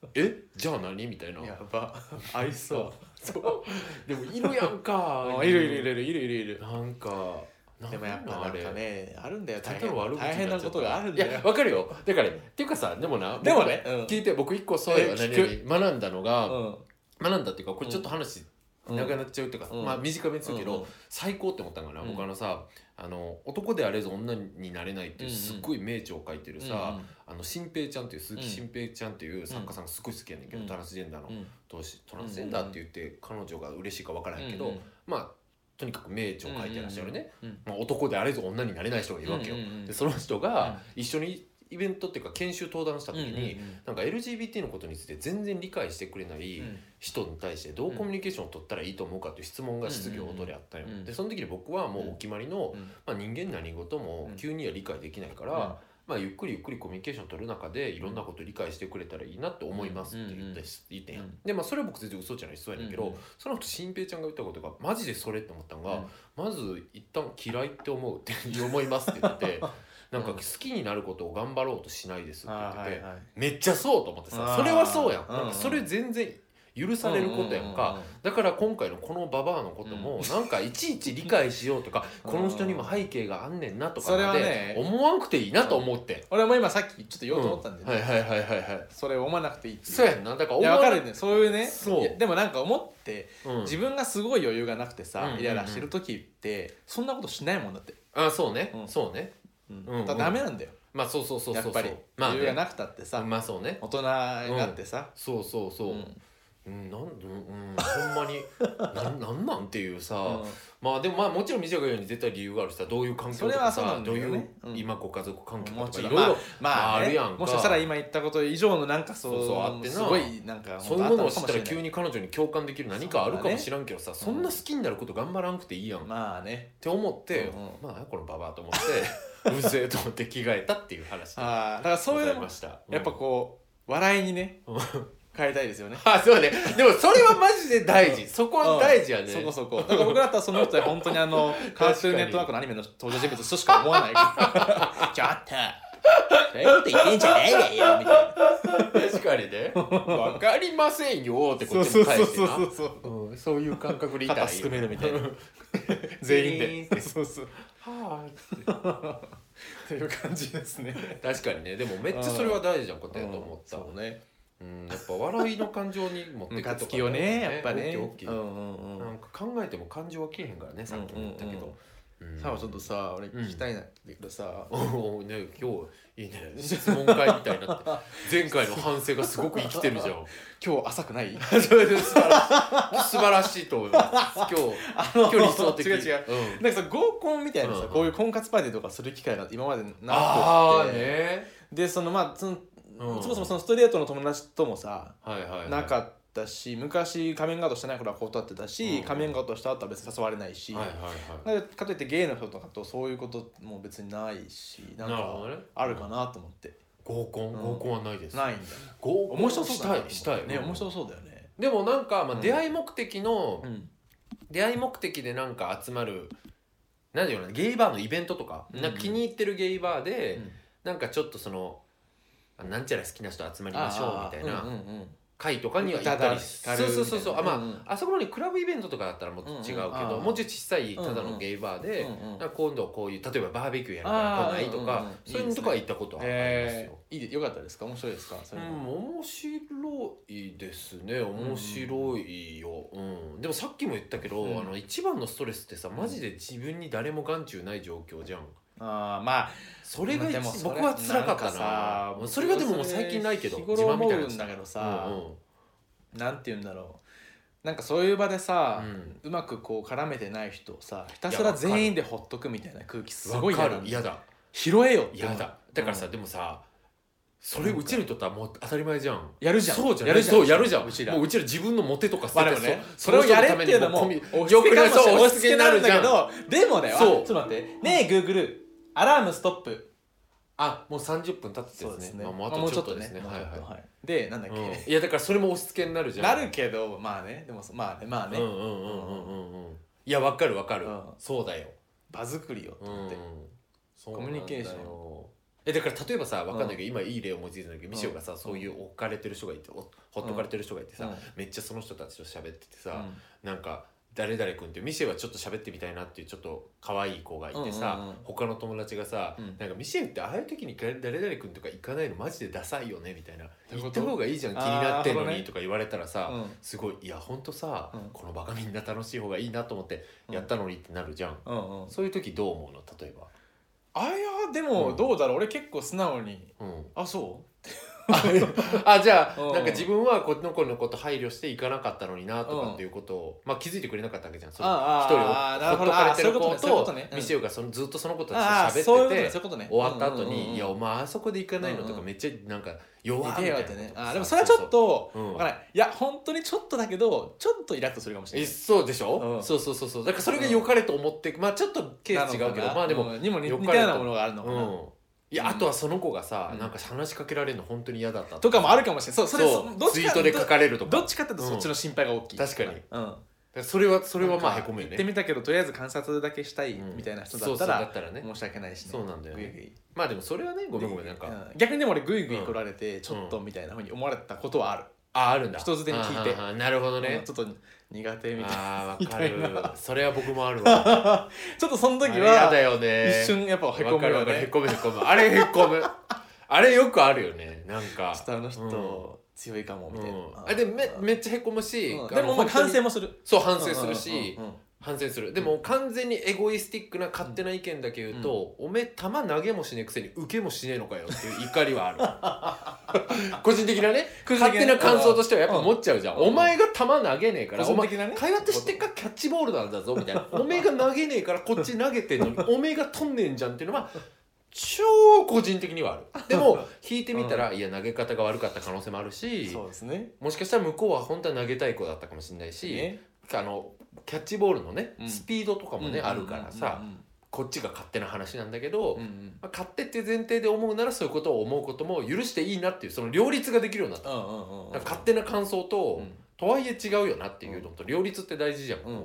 [SPEAKER 2] なえじゃあ何みたいな
[SPEAKER 1] やば 愛想
[SPEAKER 2] そうでもいるやんか
[SPEAKER 1] あいるいるいるいるいるいるいる
[SPEAKER 2] なんか
[SPEAKER 1] でもやっぱ
[SPEAKER 2] なんな
[SPEAKER 1] なん
[SPEAKER 2] あれ
[SPEAKER 1] かねあるんだよ
[SPEAKER 2] 大
[SPEAKER 1] 大
[SPEAKER 2] 変
[SPEAKER 1] 変
[SPEAKER 2] 悪口
[SPEAKER 1] 大変なことがあるんだ
[SPEAKER 2] いや
[SPEAKER 1] よ
[SPEAKER 2] わかるよだからっていうかさでもな
[SPEAKER 1] でもね
[SPEAKER 2] 僕
[SPEAKER 1] うん
[SPEAKER 2] 聞いて僕一個そういう
[SPEAKER 1] え聞
[SPEAKER 2] 何々学んだのが、
[SPEAKER 1] う
[SPEAKER 2] 学んだっていうかこれちょっと話
[SPEAKER 1] ん
[SPEAKER 2] 長くなっちゃうっていうか、
[SPEAKER 1] うん
[SPEAKER 2] まあ短めにするけど、
[SPEAKER 1] うんうん
[SPEAKER 2] 最高って思ったんかな、
[SPEAKER 1] うん
[SPEAKER 2] 僕あのさあの男であれぞ女になれないっていう
[SPEAKER 1] うんうん
[SPEAKER 2] すっごい名著を書いてるさ、あの新平ちゃんっていう鈴木
[SPEAKER 1] うん
[SPEAKER 2] 新平ちゃんっていう作家さんがすごい好きやねんけど、
[SPEAKER 1] うん
[SPEAKER 2] トランスジェンダーの、
[SPEAKER 1] うんうん
[SPEAKER 2] どうしトランスジェンダーって言って彼女が嬉しいかわからへんけど、
[SPEAKER 1] うんうん
[SPEAKER 2] まあとにかく名著を書いてらっしゃるね、
[SPEAKER 1] うん
[SPEAKER 2] まあ、男であれぞ女になれない人がいるわけよ、
[SPEAKER 1] うんうんうん
[SPEAKER 2] でその人
[SPEAKER 1] うん
[SPEAKER 2] が一緒にイベントっていうか研修登壇した時に、
[SPEAKER 1] うんうん
[SPEAKER 2] なんか LGBT のことについて全然理解してくれない
[SPEAKER 1] うん
[SPEAKER 2] 人に対してどうコミュニケーションを取ったらいいと思うかという質問が質疑応答であったよ、
[SPEAKER 1] うんうんうん
[SPEAKER 2] でその時に僕はもうお決まりの、
[SPEAKER 1] うん
[SPEAKER 2] まあ、人間何事も
[SPEAKER 1] うん
[SPEAKER 2] 急には理解できないから、まあ、ゆっくりゆっくりコミュニケーション取る中でいろんなことを理解してくれたらいいなって思いますって言ったし言ってんやん
[SPEAKER 1] うん
[SPEAKER 2] でまあそれは僕全然嘘じゃないそうやねんけど、
[SPEAKER 1] うんうん
[SPEAKER 2] その後新平ちゃんが言ったことがマジでそれって思ったのが、
[SPEAKER 1] うん
[SPEAKER 2] まず一旦嫌いって思うって思いますって言っててなんか
[SPEAKER 1] うん
[SPEAKER 2] 好きになることを頑張ろうとしないですって言
[SPEAKER 1] あ
[SPEAKER 2] って
[SPEAKER 1] ー
[SPEAKER 2] て、
[SPEAKER 1] はいはい
[SPEAKER 2] めっちゃそうと思ってさ
[SPEAKER 1] あー
[SPEAKER 2] それはそうやん
[SPEAKER 1] うんうん
[SPEAKER 2] なんかそれ全然許されることやんか、
[SPEAKER 1] うんうんうんうん
[SPEAKER 2] だから今回のこのババアのこともなんかいちいち理解しようと か
[SPEAKER 1] うん
[SPEAKER 2] この人にも背景があんねんなとか
[SPEAKER 1] それ
[SPEAKER 2] っ
[SPEAKER 1] は
[SPEAKER 2] て
[SPEAKER 1] ね
[SPEAKER 2] 思わんくていいなと思って。
[SPEAKER 1] 俺も今さっきちょっと言おうと思ったんだよね
[SPEAKER 2] はいはいはいはいはい
[SPEAKER 1] それ思わなくていいっていう
[SPEAKER 2] そうやんなだから
[SPEAKER 1] いや
[SPEAKER 2] わ
[SPEAKER 1] 分かるねそういうね
[SPEAKER 2] そう
[SPEAKER 1] いやでもなんか思って
[SPEAKER 2] うん、
[SPEAKER 1] 自分がすごい余裕がなくて
[SPEAKER 2] うん
[SPEAKER 1] さ
[SPEAKER 2] うんうん
[SPEAKER 1] イライラしてる時ってそんなことしないもんだって
[SPEAKER 2] あそうね、
[SPEAKER 1] うん
[SPEAKER 2] そうね
[SPEAKER 1] うん
[SPEAKER 2] うんうん
[SPEAKER 1] だからダメなんだよ
[SPEAKER 2] まあそうそうそうそう
[SPEAKER 1] やっ
[SPEAKER 2] そう
[SPEAKER 1] ぱり
[SPEAKER 2] まあ、
[SPEAKER 1] 余裕が
[SPEAKER 2] ね、
[SPEAKER 1] なくたってさ
[SPEAKER 2] まあそうね
[SPEAKER 1] 大人になってさ
[SPEAKER 2] そうそうそうう、
[SPEAKER 1] ん
[SPEAKER 2] うん、なんで、うん、ほんまになんなんなんっていうさ、
[SPEAKER 1] うん
[SPEAKER 2] まあでもまあもちろんみちゃが言うように絶対理由があるしさどういう環境と
[SPEAKER 1] それ
[SPEAKER 2] か
[SPEAKER 1] はそう
[SPEAKER 2] さ、
[SPEAKER 1] なんだ
[SPEAKER 2] どう
[SPEAKER 1] よ
[SPEAKER 2] い
[SPEAKER 1] ね
[SPEAKER 2] う
[SPEAKER 1] うん
[SPEAKER 2] 今ご家族環境
[SPEAKER 1] も
[SPEAKER 2] とか
[SPEAKER 1] ち
[SPEAKER 2] いろ
[SPEAKER 1] ろ
[SPEAKER 2] い
[SPEAKER 1] ん
[SPEAKER 2] ろ、
[SPEAKER 1] まあ、
[SPEAKER 2] あ
[SPEAKER 1] ね、
[SPEAKER 2] るやんか
[SPEAKER 1] もしかしたら今言ったこと以上のなんかそう
[SPEAKER 2] そうそうあってな
[SPEAKER 1] すごいなんか
[SPEAKER 2] そういうものを知
[SPEAKER 1] 本
[SPEAKER 2] ったら
[SPEAKER 1] 当あもしれ
[SPEAKER 2] 急
[SPEAKER 1] ない
[SPEAKER 2] に彼女に共感できる何かあるかもしらんけどさそ,、
[SPEAKER 1] そうだね
[SPEAKER 2] んな好きになること頑張らんくていいやん、っ
[SPEAKER 1] まあね
[SPEAKER 2] て思って、
[SPEAKER 1] うんうん
[SPEAKER 2] まあこのババアと思っ てうるせえと思って着替えたっていう話で
[SPEAKER 1] ああだからそう
[SPEAKER 2] ご
[SPEAKER 1] いう
[SPEAKER 2] ざい
[SPEAKER 1] のも
[SPEAKER 2] ました
[SPEAKER 1] やっぱこう笑いにね
[SPEAKER 2] うん
[SPEAKER 1] 変えたいですよね
[SPEAKER 2] あそうねでもそれはマジで大事そこは大事やね、
[SPEAKER 1] そこそこだから僕だったらその人は本当にあ のカートゥーンネットワークのアニメの登場人物としか思 わないからちょっとそういうこと言ってんじゃないわよみたいな
[SPEAKER 2] 確かに ねわかりませんよってこ
[SPEAKER 1] そ
[SPEAKER 2] っ
[SPEAKER 1] う
[SPEAKER 2] ち
[SPEAKER 1] そう
[SPEAKER 2] に
[SPEAKER 1] そ
[SPEAKER 2] 返
[SPEAKER 1] う
[SPEAKER 2] してな
[SPEAKER 1] そうそう
[SPEAKER 2] うんそういう感覚でいたら
[SPEAKER 1] 肩
[SPEAKER 2] いい
[SPEAKER 1] すくめるみたいな全員で そうそう
[SPEAKER 2] は
[SPEAKER 1] という感じですね
[SPEAKER 2] あ確かにねでもめっちゃそれは大事なことやと思った、
[SPEAKER 1] そうね
[SPEAKER 2] うんやっぱ笑いの感情に持って
[SPEAKER 1] ム
[SPEAKER 2] く
[SPEAKER 1] カ
[SPEAKER 2] と
[SPEAKER 1] つ
[SPEAKER 2] か
[SPEAKER 1] きよねやっぱね
[SPEAKER 2] 大きい大きい
[SPEAKER 1] うんうんうん
[SPEAKER 2] なんか考えても感情は切れへんからねさっきも言ったけど、
[SPEAKER 1] うんうんう
[SPEAKER 2] う
[SPEAKER 1] ん
[SPEAKER 2] ん
[SPEAKER 1] さあちょっとさ俺
[SPEAKER 2] うん
[SPEAKER 1] 聞きたいなって言うけどさ、
[SPEAKER 2] おおね今日いいね質問会みたいになって前回の反省がすごく生きてるじゃん
[SPEAKER 1] 今日浅くない
[SPEAKER 2] それで素晴らしい素晴らしいと思い ます今日
[SPEAKER 1] あの
[SPEAKER 2] 距離相的
[SPEAKER 1] 違う違う
[SPEAKER 2] うん
[SPEAKER 1] なんかさ合コンみたいなさ、
[SPEAKER 2] うん
[SPEAKER 1] こういう婚活パーティーとかする機会が今までなくて
[SPEAKER 2] ああね
[SPEAKER 1] でそのまあその、
[SPEAKER 2] うん
[SPEAKER 1] そもそもそのストレートの友達ともさ、
[SPEAKER 2] はいはい、はい、
[SPEAKER 1] なかったし昔仮面ガードしてない頃は断ってたし、
[SPEAKER 2] うん
[SPEAKER 1] 仮面ガードした後は別に誘われないし、
[SPEAKER 2] はいはいは
[SPEAKER 1] なんかかといってゲイの人とかとそういうことも別にないし
[SPEAKER 2] い
[SPEAKER 1] なん
[SPEAKER 2] なるほ
[SPEAKER 1] か
[SPEAKER 2] どね
[SPEAKER 1] あるかなと思って、
[SPEAKER 2] 合コン
[SPEAKER 1] うん
[SPEAKER 2] 合コンはないです、
[SPEAKER 1] ないんだ
[SPEAKER 2] 合コン
[SPEAKER 1] 面白そう
[SPEAKER 2] し
[SPEAKER 1] だ
[SPEAKER 2] た
[SPEAKER 1] ない
[SPEAKER 2] したい
[SPEAKER 1] ね面白そうだよね
[SPEAKER 2] でもなんか、ま
[SPEAKER 1] う
[SPEAKER 2] あ、
[SPEAKER 1] ん
[SPEAKER 2] 出会い目的の、
[SPEAKER 1] うん
[SPEAKER 2] 出会い目的でなんか集まるなんだろうなゲイバーのイベントとか,、
[SPEAKER 1] うん
[SPEAKER 2] なんか気に入ってるゲイバーで、
[SPEAKER 1] うん
[SPEAKER 2] なんかちょっとそのあなんちゃら好きな人集まりましょうみたい
[SPEAKER 1] あーうん
[SPEAKER 2] な
[SPEAKER 1] うんうん
[SPEAKER 2] 会とかには行ったりす
[SPEAKER 1] ただ
[SPEAKER 2] そ
[SPEAKER 1] 光
[SPEAKER 2] う
[SPEAKER 1] る
[SPEAKER 2] そうそうそうあまあ、
[SPEAKER 1] うんうん
[SPEAKER 2] あそこまでクラブイベントとかだったらもっと違うけど、
[SPEAKER 1] うんうんあー
[SPEAKER 2] もうちょっと小さいただのゲイバーで、
[SPEAKER 1] うんうん
[SPEAKER 2] なんか今度こういう例えばバーベキューやるから来ないとか、
[SPEAKER 1] あーうんうんうん
[SPEAKER 2] そういうのとかは行ったことはありますよ。
[SPEAKER 1] えーいいでよかったですか面白いですかそれ
[SPEAKER 2] う
[SPEAKER 1] は
[SPEAKER 2] ん、面白いですね面白いよ、うんでもさっきも言ったけど、
[SPEAKER 1] うん
[SPEAKER 2] あの一番のストレスってさマジで自分に誰も眼中ない状況じゃん
[SPEAKER 1] ああまあ
[SPEAKER 2] それが
[SPEAKER 1] まあ
[SPEAKER 2] 一
[SPEAKER 1] でもそれ
[SPEAKER 2] 僕は辛かった
[SPEAKER 1] なんか
[SPEAKER 2] な
[SPEAKER 1] さ
[SPEAKER 2] もうそれがでももう
[SPEAKER 1] それ
[SPEAKER 2] 最近ないけど
[SPEAKER 1] 日頃
[SPEAKER 2] 自慢みたいな
[SPEAKER 1] 思うんだけどさ
[SPEAKER 2] うんうん
[SPEAKER 1] なんて言うんだろうなんかそういう場でさ、
[SPEAKER 2] うん
[SPEAKER 1] うまくこう絡めてない人をさひたすら全員でほっとくみたいな空気すごい
[SPEAKER 2] わか
[SPEAKER 1] 嫌な
[SPEAKER 2] る
[SPEAKER 1] んだ
[SPEAKER 2] 嫌だ
[SPEAKER 1] 拾えよって
[SPEAKER 2] 嫌だだからさ、でもさそれ
[SPEAKER 1] なんか
[SPEAKER 2] うちらにとってはもう当たり前じゃん
[SPEAKER 1] やるじゃん
[SPEAKER 2] そうじゃん
[SPEAKER 1] やるじゃん
[SPEAKER 2] そうやるじゃん
[SPEAKER 1] うちら
[SPEAKER 2] もううちら自分のモテとか
[SPEAKER 1] まあでもねそれをやれっていうのも
[SPEAKER 2] よく
[SPEAKER 1] か
[SPEAKER 2] ない
[SPEAKER 1] もしれ
[SPEAKER 2] そう
[SPEAKER 1] ない
[SPEAKER 2] 押し付けになるじゃん
[SPEAKER 1] 押し付けなんだけどでもだよ
[SPEAKER 2] そう
[SPEAKER 1] あちょっと待ってねえ Google アラームストップ
[SPEAKER 2] あもう30分経ってですねまあ、もうあ
[SPEAKER 1] も
[SPEAKER 2] と
[SPEAKER 1] う
[SPEAKER 2] ちょっとですね
[SPEAKER 1] もう
[SPEAKER 2] は
[SPEAKER 1] ち
[SPEAKER 2] い
[SPEAKER 1] ょっと
[SPEAKER 2] は
[SPEAKER 1] はいでなんだっ
[SPEAKER 2] い、うん、
[SPEAKER 1] け
[SPEAKER 2] いやだからそれも押し付けになるじゃん
[SPEAKER 1] なるけどまあねでもそまあねまあね
[SPEAKER 2] うんうんうんうんうんうんいやわかるわかる、
[SPEAKER 1] うん
[SPEAKER 2] そうだよ、
[SPEAKER 1] 場作りをって
[SPEAKER 2] う
[SPEAKER 1] 思
[SPEAKER 2] ん
[SPEAKER 1] って、
[SPEAKER 2] そうなんだよ
[SPEAKER 1] コミュニケーション
[SPEAKER 2] えだから例えばさわかんないけど、今いい例を思いついたんだけど、ミシオがさそういう置かれてる人がいておほっとかれてる人がいてさ、
[SPEAKER 1] うん
[SPEAKER 2] めっちゃその人たちと喋っててさ、なんか誰々君ってミシェはちょっと喋ってみたいなっていうちょっと可愛い子がいてさ、
[SPEAKER 1] うんうんうん
[SPEAKER 2] 他の友達がさ、
[SPEAKER 1] うん
[SPEAKER 2] なんかミシェってああいう時に誰々君とか行かないのマジでダサいよねみたいな
[SPEAKER 1] ういう
[SPEAKER 2] 行
[SPEAKER 1] こ
[SPEAKER 2] っ
[SPEAKER 1] と
[SPEAKER 2] た方がいいじゃん気になってんの
[SPEAKER 1] あーなるほど
[SPEAKER 2] に
[SPEAKER 1] ね
[SPEAKER 2] とか言われたらさ、
[SPEAKER 1] うん
[SPEAKER 2] すごいいやほんとさ、
[SPEAKER 1] うん
[SPEAKER 2] このバカみんな楽しい方がいいなと思って
[SPEAKER 1] うん
[SPEAKER 2] やったのにってなるじゃん、
[SPEAKER 1] うんうんうん
[SPEAKER 2] そういう時どう思うの例えば。
[SPEAKER 1] あいやで
[SPEAKER 2] う
[SPEAKER 1] も
[SPEAKER 2] ん
[SPEAKER 1] どうだろう俺結構素直に
[SPEAKER 2] うん、
[SPEAKER 1] あそう
[SPEAKER 2] あじゃあ
[SPEAKER 1] うん
[SPEAKER 2] なんか自分はこの子のこと配慮して行かなかったのになとかっていうことを、まあ、気づいてくれなかったわけじゃんその一
[SPEAKER 1] あ
[SPEAKER 2] 人
[SPEAKER 1] あああな
[SPEAKER 2] をほ
[SPEAKER 1] る
[SPEAKER 2] っ
[SPEAKER 1] ほど
[SPEAKER 2] とかれてる子
[SPEAKER 1] あそういうこととねそういうことねうん
[SPEAKER 2] ミシェがそのずっとその子た
[SPEAKER 1] ああ
[SPEAKER 2] ちと
[SPEAKER 1] そう
[SPEAKER 2] 喋っ
[SPEAKER 1] いうことね
[SPEAKER 2] て
[SPEAKER 1] そう
[SPEAKER 2] て
[SPEAKER 1] いうことね
[SPEAKER 2] 終わった後
[SPEAKER 1] うんうんうんう
[SPEAKER 2] に「
[SPEAKER 1] ん
[SPEAKER 2] いやお前あそこで行かないの?」と
[SPEAKER 1] うん
[SPEAKER 2] か
[SPEAKER 1] うん
[SPEAKER 2] めっちゃなんか弱
[SPEAKER 1] 見
[SPEAKER 2] み
[SPEAKER 1] て
[SPEAKER 2] たい
[SPEAKER 1] よ
[SPEAKER 2] な
[SPEAKER 1] っ
[SPEAKER 2] こ
[SPEAKER 1] て
[SPEAKER 2] と
[SPEAKER 1] ね
[SPEAKER 2] さ
[SPEAKER 1] あーでもそれはちょっと
[SPEAKER 2] うん
[SPEAKER 1] わからないいや本当にちょっとだけどちょっとイラッとするかもしれ
[SPEAKER 2] え
[SPEAKER 1] ない
[SPEAKER 2] そうでしょ、
[SPEAKER 1] うん
[SPEAKER 2] そうそうそうそうだからそれが良かれと思ってまあちょっとケース違うけど
[SPEAKER 1] なのかな
[SPEAKER 2] まあでも、
[SPEAKER 1] うんにも似
[SPEAKER 2] よ
[SPEAKER 1] 似
[SPEAKER 2] か
[SPEAKER 1] た
[SPEAKER 2] れと
[SPEAKER 1] ようなものがあるのか
[SPEAKER 2] う
[SPEAKER 1] なん
[SPEAKER 2] いやあとはその子がさ、
[SPEAKER 1] うん
[SPEAKER 2] なんか話しかけられるの本当に嫌だった
[SPEAKER 1] とかもある
[SPEAKER 2] か
[SPEAKER 1] かもしれないそうそ
[SPEAKER 2] そ
[SPEAKER 1] れ
[SPEAKER 2] う
[SPEAKER 1] どっ
[SPEAKER 2] ツ
[SPEAKER 1] ち
[SPEAKER 2] イ
[SPEAKER 1] か
[SPEAKER 2] ートで書かれるとか
[SPEAKER 1] どっちかっていうとそっちの心配が大きい
[SPEAKER 2] うん確かに
[SPEAKER 1] うん
[SPEAKER 2] らそれはそれはまあへこむよ
[SPEAKER 1] 行
[SPEAKER 2] ね
[SPEAKER 1] ってみたけどとりあえず観察だけしたい
[SPEAKER 2] うん
[SPEAKER 1] みたいな人
[SPEAKER 2] そ
[SPEAKER 1] だ
[SPEAKER 2] うそ
[SPEAKER 1] った
[SPEAKER 2] うだ
[SPEAKER 1] ら
[SPEAKER 2] ったらね
[SPEAKER 1] 申し訳ないしね
[SPEAKER 2] そうなんだよね
[SPEAKER 1] ぐいぐい
[SPEAKER 2] まあでもそれはねごめんごめんなんか、
[SPEAKER 1] うん逆にでも俺グイグイ
[SPEAKER 2] うん
[SPEAKER 1] 来られてちょっとみたいなふうに思われたことはある
[SPEAKER 2] ああるんだ
[SPEAKER 1] 人づてに聞いて
[SPEAKER 2] あーあーなるほどね
[SPEAKER 1] うんちょっと苦手みたいな
[SPEAKER 2] あーわかるそれは僕もある わ
[SPEAKER 1] ちょっとその時
[SPEAKER 2] あれやだ
[SPEAKER 1] は
[SPEAKER 2] よね
[SPEAKER 1] 一瞬やっぱへこ
[SPEAKER 2] わ
[SPEAKER 1] む
[SPEAKER 2] かる
[SPEAKER 1] よ
[SPEAKER 2] わかるへ
[SPEAKER 1] ね
[SPEAKER 2] こむへこむあれへこむあれよくあるよねなんか
[SPEAKER 1] 下の人強いかもみ
[SPEAKER 2] う
[SPEAKER 1] たい
[SPEAKER 2] ん
[SPEAKER 1] な
[SPEAKER 2] あでもめめっちゃへこむし、
[SPEAKER 1] うん
[SPEAKER 2] あの
[SPEAKER 1] でもまあ
[SPEAKER 2] 本当に
[SPEAKER 1] 反省もする
[SPEAKER 2] そう反省するし、
[SPEAKER 1] うんうんうん
[SPEAKER 2] 反省するでも完全にエゴイスティックな勝手な意見だけ言うと、おめえ球投げもしねえくせに受けもしねえのかよっていう怒りは ある個人的なね
[SPEAKER 1] 個人
[SPEAKER 2] 勝
[SPEAKER 1] 的
[SPEAKER 2] 手
[SPEAKER 1] な
[SPEAKER 2] な感想としてはやっぱ持っちゃうじゃん、
[SPEAKER 1] うん
[SPEAKER 2] お前が球投げねえから、
[SPEAKER 1] 個
[SPEAKER 2] お
[SPEAKER 1] 人
[SPEAKER 2] 前
[SPEAKER 1] 的なね
[SPEAKER 2] 会話としてかキャッチボールなんだぞみたい なおめえが投げねえからこっち投げてんのにおめえが飛んねえんじゃんっていうのは超個人的には あるでも引いてみたら、いや投げ方が悪かった可能性もあるし
[SPEAKER 1] そうですね
[SPEAKER 2] もしかしたら向こうは本当は投げたい子だったかもしれないし、
[SPEAKER 1] ね
[SPEAKER 2] あのキャッチボールのね
[SPEAKER 1] うん
[SPEAKER 2] スピードとかもね、あるからさ、
[SPEAKER 1] うん
[SPEAKER 2] こっちが勝手な話なんだけど、
[SPEAKER 1] うんう
[SPEAKER 2] ま
[SPEAKER 1] んうん
[SPEAKER 2] あ、勝手って前提で思うならそういうことを思うことも許していいなっていうその両立ができるようになった、
[SPEAKER 1] うんうんうんうん
[SPEAKER 2] だから勝手な感想と、
[SPEAKER 1] うん
[SPEAKER 2] とはいえ違うよなっていうのと両立って大事じゃん、
[SPEAKER 1] うんうんう